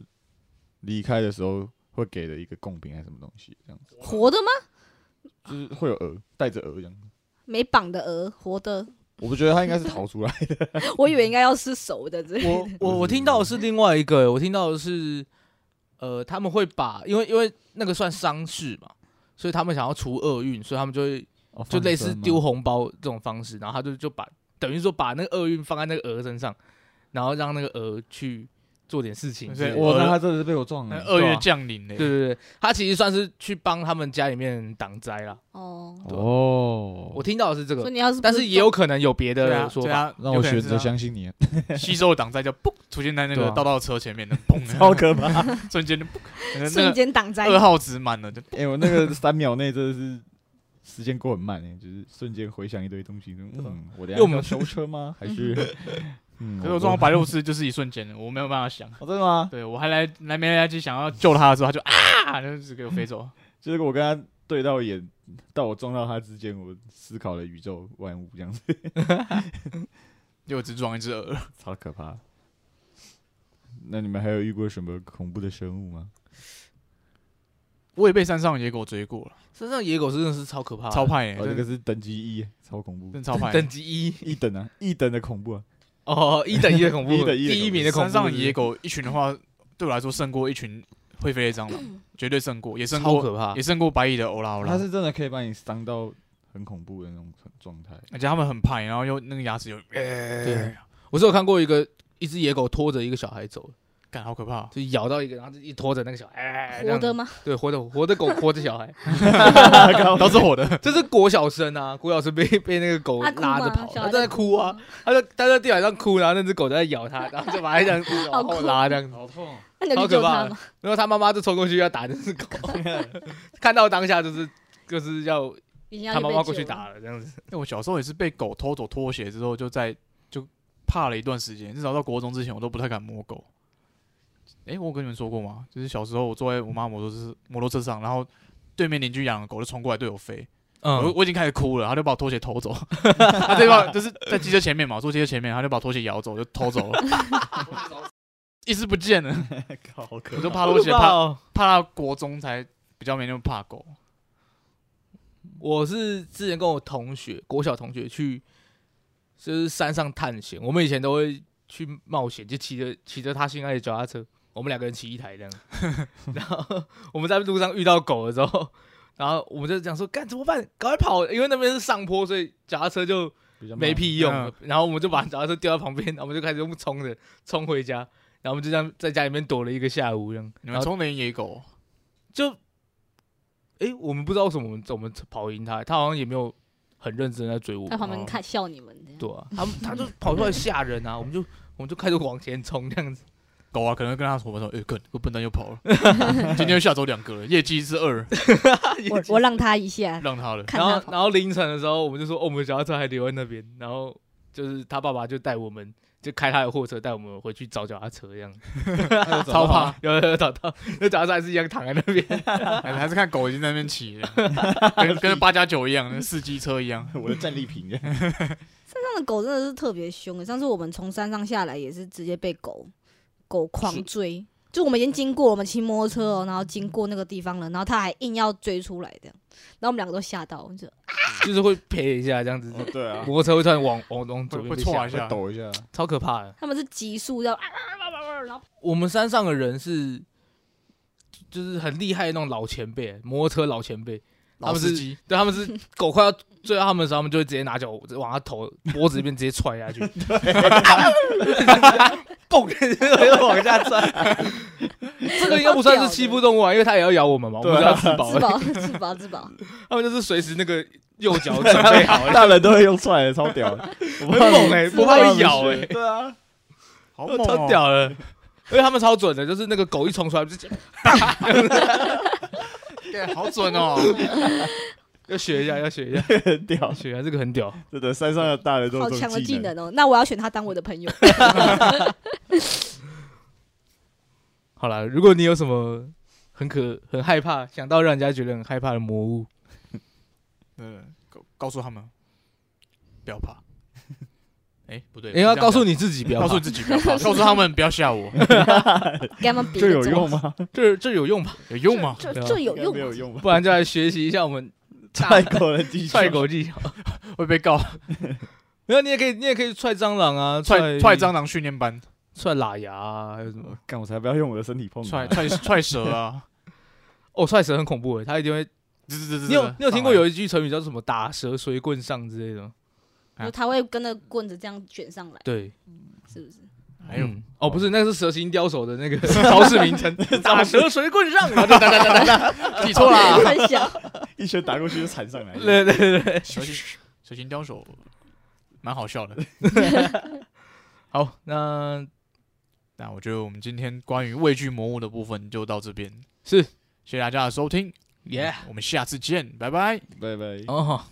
Speaker 5: 离开的时候会给的一个贡品还是什么东西，这样子，
Speaker 3: 活的吗？
Speaker 5: 就是会有鹅带着鹅这样子。
Speaker 3: 没绑的鹅，活的。
Speaker 5: 我不觉得他应该是逃出 来，
Speaker 3: 我以为应该要是熟的 之类的。
Speaker 1: 我我我听到的是另外一个，我听到的是，呃，他们会把，因为因为那个算丧事嘛，所以他们想要除厄运，所以他们就会
Speaker 5: 哦
Speaker 1: 就类似 丢红包这种方式，然后他就就把等于说把那个厄运放在那个鹅身上，然后让那个鹅去做点事情之
Speaker 2: 所以
Speaker 1: 类的。呃
Speaker 5: 哇，那他真的是被我撞
Speaker 2: 那
Speaker 5: 了。
Speaker 2: 二月降临嘞，
Speaker 1: 对对对，他其实算是去帮他们家里面挡灾啦。
Speaker 3: 哦，
Speaker 5: 哦
Speaker 1: 呃我听到的是这
Speaker 3: 所
Speaker 1: 个
Speaker 3: 以，你要是，
Speaker 1: 但是也有可能有别
Speaker 2: 对啊，
Speaker 1: 的说
Speaker 2: 对
Speaker 1: 法。
Speaker 2: 啊
Speaker 5: 让我选择相信你，
Speaker 2: 吸收挡在就嘣出现在那
Speaker 1: 对
Speaker 2: 个
Speaker 1: 啊
Speaker 2: 道道车前面的，砰，
Speaker 5: 超可怕！
Speaker 2: 瞬间就嘣，那个
Speaker 3: 瞬间挡灾
Speaker 2: 二号值满了就
Speaker 5: 哎，我那个三秒内真的是时间过很慢哎，就是瞬间回想一堆东西。嗯，我等
Speaker 1: 因为我
Speaker 5: 下
Speaker 1: 们
Speaker 5: 要修车吗？还是 嗯，
Speaker 2: 可是我撞到白鹭鸶就是一瞬间的，我没有办法想。
Speaker 5: 哦，真的吗？
Speaker 2: 对我还来来没来得及想要救他的时候，他就啊，就是给我飞走。
Speaker 5: 就是我跟他对到眼，到我撞到他之间，我思考了宇宙万物这样子，
Speaker 2: 又只撞一只鹅，
Speaker 5: 超可怕。那你们还有遇过什么恐怖的生物吗？
Speaker 2: 我也被山上野狗追过了，
Speaker 1: 身上野狗真的是超可怕的，
Speaker 2: 超派耶，
Speaker 5: 哦，这
Speaker 2: 哎真
Speaker 5: 个
Speaker 2: 的
Speaker 5: 是等级一，欸超恐怖，
Speaker 2: 真的超派。
Speaker 1: 等级一
Speaker 5: 一等啊，一等的恐怖啊！
Speaker 1: 哦，一等一的恐怖，
Speaker 5: 一等一的
Speaker 1: 第一名的恐
Speaker 2: 山
Speaker 1: 怖，
Speaker 2: 上野狗一群的话，对我来说胜过一群会飞的蟑
Speaker 3: 嗯
Speaker 2: 螂，绝对胜过，也胜
Speaker 1: 超
Speaker 2: 过
Speaker 1: 可怕
Speaker 2: 也。胜过白蚁的哦欧拉欧拉
Speaker 5: 它。是真的可以把你伤到很恐怖的那种状态。
Speaker 2: 而且他们很派，然后又那个牙齿又，哎
Speaker 1: 对，我是有看过一个一只野狗拖着一个小孩走，
Speaker 2: 干好可怕哦。
Speaker 1: 就咬到一个，然后就一拖着那个小孩，哎这
Speaker 3: 活
Speaker 1: 样子
Speaker 3: 的吗？
Speaker 1: 对，活的活的狗拖着小 孩，
Speaker 2: 都是我的，
Speaker 1: 这是国小生啊，国小生被 被那个狗
Speaker 3: 他哭
Speaker 1: 拉着
Speaker 3: 吗
Speaker 1: 跑，
Speaker 3: 小
Speaker 1: 他
Speaker 3: 孩
Speaker 1: 在哭啊，，他就他在地板上哭，然后那只狗在咬他，然后就把他这样 子往
Speaker 3: 好
Speaker 1: 后
Speaker 3: 酷
Speaker 1: 拉这样子，
Speaker 3: 那你有
Speaker 1: 超
Speaker 3: 去
Speaker 1: 可
Speaker 3: 救
Speaker 1: 怕
Speaker 3: 他
Speaker 1: 的
Speaker 3: 吗？。
Speaker 1: 然后他妈妈就冲过去要打那只 狗，看到当下就是就是要
Speaker 3: 已经要
Speaker 1: 他妈
Speaker 3: 被
Speaker 1: 妈过
Speaker 3: 救
Speaker 1: 去
Speaker 3: 了
Speaker 1: 打了这样子，
Speaker 2: 因为我小时候也是被狗偷走拖鞋之后，就在就怕了一段时间，至少到国中之前，我都不太敢摸狗。诶，我有跟你们说过吗？就是小时候我坐在我妈摩托车摩托车上，然后对面邻居养的狗就冲过来对我飞，我
Speaker 1: 嗯，
Speaker 2: 我已经开始哭了，他就把我拖鞋偷走， 他这把就是在机车前面嘛，我坐机车前面，他就把拖鞋咬走，就偷走了，一丝不见了。我就怕拖鞋，怕
Speaker 1: 哦。
Speaker 2: 怕到国中才比较没那么怕狗。
Speaker 1: 我是之前跟我同学，国小同学去，就是山上探险。我们以前都会去冒险，就骑着骑着他心爱的脚踏车，我们两个人骑一台这 样。然后我们在路上遇到狗的时候，然后我们就讲说，干怎么办？赶快跑！因为那边是上坡，所以脚踏车就没屁 用
Speaker 2: 嗯
Speaker 1: 了。然后我们就把脚踏车丢在旁边，然后我们就开始用冲的冲回家。然后我们就这样在家里面躲了一个下午，这样。
Speaker 2: 你
Speaker 1: 然
Speaker 2: 们
Speaker 1: 后
Speaker 2: 冲得赢野狗？
Speaker 1: 就，诶，我们不知道为什么我们我们跑赢他，他好像也没有很认真在追我
Speaker 3: 在
Speaker 1: 们，
Speaker 3: 旁边
Speaker 2: 哦
Speaker 3: 看笑你们这样。
Speaker 1: 对啊，他们他就跑出来吓人啊，我们就我们就开始往前冲这样子，
Speaker 2: 狗啊，可能会跟他伙伴说：“哎、哥，个笨蛋又跑了，今天又吓走两个了，业绩是二，
Speaker 3: 我我让他一下，
Speaker 2: 让 他了。
Speaker 3: 看
Speaker 1: 然
Speaker 3: 他
Speaker 1: 后
Speaker 3: 跑
Speaker 1: 然后凌晨的时候，我们就说、哦我们脚踏车还留在那边，然后就是他爸爸就带我们就开他的货车带我们回去找脚踏车这样，
Speaker 2: 超怕，
Speaker 1: 有有有找到，那脚踏车还是一样躺在那 边，
Speaker 2: 还还是看狗已经在那边骑了，跟跟八加九一样，跟四机车一 样。
Speaker 5: 我的战利品，
Speaker 3: 山上的狗真的是特别凶。欸上次我们从山上下来也是直接被狗狗狂追，就我们已经经过了，我们骑摩托车哦，然后经过那个地方了，然后它还硬要追出来这样，然后我们两个都吓到，我们就
Speaker 1: 就是会陪一下这样子，
Speaker 5: 哦对啊，
Speaker 1: 摩托车会突然往往往左
Speaker 2: 会
Speaker 1: 边
Speaker 2: 会
Speaker 1: 被
Speaker 2: 错啊
Speaker 1: 吓
Speaker 2: 一
Speaker 5: 会
Speaker 2: 下，
Speaker 5: 抖一下，
Speaker 1: 超可怕的。
Speaker 3: 他们是急速要啊啊啊啊啊啊，然后
Speaker 1: 我们山上的人是，就是很厉害的那种老前辈，摩托车老前辈，他
Speaker 2: 老
Speaker 1: 们
Speaker 2: 司
Speaker 1: 是
Speaker 2: 机，
Speaker 1: 对，他们是狗快要追到他们的时候，他们就会直接拿脚往他头脖子这边直接踹下去，蹦，
Speaker 5: 往下站，
Speaker 1: 这个应该不算是欺负动物啊，因为它也要咬我们嘛，我们
Speaker 5: 对
Speaker 1: 是
Speaker 5: 啊
Speaker 1: 要吃饱
Speaker 3: 自
Speaker 1: 的。
Speaker 3: 保自保自保，
Speaker 1: 他们就是随时那个右脚准备好了，
Speaker 5: 大人都会用踹的，超屌的，我
Speaker 1: 很
Speaker 5: 怕你
Speaker 1: 猛哎，不怕被咬哎，
Speaker 5: 对啊，
Speaker 2: 好 猛
Speaker 1: 超
Speaker 2: 哦！
Speaker 1: 屌了。而且他们超准的，就是那个狗一冲出来，就直接
Speaker 2: 对，好准哦！
Speaker 1: 要学一下，要学一下，
Speaker 5: 很屌，
Speaker 1: 学一下这个很屌。
Speaker 5: 真的，山上的大人都有
Speaker 3: 好
Speaker 5: 这
Speaker 3: 强
Speaker 5: 种
Speaker 3: 的技
Speaker 5: 技能。
Speaker 3: 能哦！那我要选他当我的朋友。
Speaker 1: 好了，如果你有什么很可很害怕，想到让人家觉得很害怕的魔物，
Speaker 2: 对，告告诉他们不要 怕。哎，不对，
Speaker 1: 也要告诉
Speaker 2: 你，
Speaker 1: 你自己不要
Speaker 2: 告诉
Speaker 1: 怕
Speaker 2: 你，自己不要 怕，告诉他们不要吓我，
Speaker 3: 给他们比
Speaker 5: 这
Speaker 3: 个
Speaker 5: 有
Speaker 3: 中
Speaker 5: 用？吗？
Speaker 1: 这这有用吧？
Speaker 2: 有用吗？
Speaker 3: 这
Speaker 1: 对啊
Speaker 3: 这有用
Speaker 5: 没有
Speaker 3: 吗？
Speaker 5: 用 吧？
Speaker 1: 不然就来学习一下我们
Speaker 5: 踹狗的技巧，
Speaker 1: 踹狗技巧。
Speaker 2: 会被 告
Speaker 1: 没有，你也可以，你也可以踹蟑螂啊，
Speaker 2: 踹
Speaker 1: 踹
Speaker 2: 踹蟑、螂训练 班，
Speaker 1: 踹喇牙啊，还有什么？
Speaker 5: 干我才不要用我的身体碰它
Speaker 2: 踹踹踹蛇啊！
Speaker 1: 哦，踹蛇很恐怖诶，它一定会。
Speaker 2: 滋滋滋滋
Speaker 1: 你有
Speaker 2: 的
Speaker 1: 你有听
Speaker 2: 上
Speaker 1: 过
Speaker 2: 来
Speaker 1: 有一句成语叫什么“打蛇随棍上”之类的吗？
Speaker 2: 啊
Speaker 3: 就他会跟着棍子这样卷上来，
Speaker 1: 对，
Speaker 3: 是不是？
Speaker 2: 还 有
Speaker 1: 嗯哦，不是，那是蛇形刁手的那个 招式名称，“打蛇随棍上”，啊然后就哒哒哒哒 哒，
Speaker 2: 记错啊 啦，
Speaker 3: 很小，
Speaker 5: 一拳打过去就缠上来。
Speaker 1: 对对对对。
Speaker 2: 蛇形蛇形刁手，蛮好笑的。
Speaker 1: 好，那
Speaker 2: 那我觉得我们今天关于畏惧魔物的部分就到这边，
Speaker 1: 是
Speaker 2: 谢谢大家的收听，
Speaker 1: 耶，
Speaker 2: 我们下次见，拜拜。
Speaker 5: 拜拜。
Speaker 1: 哦，好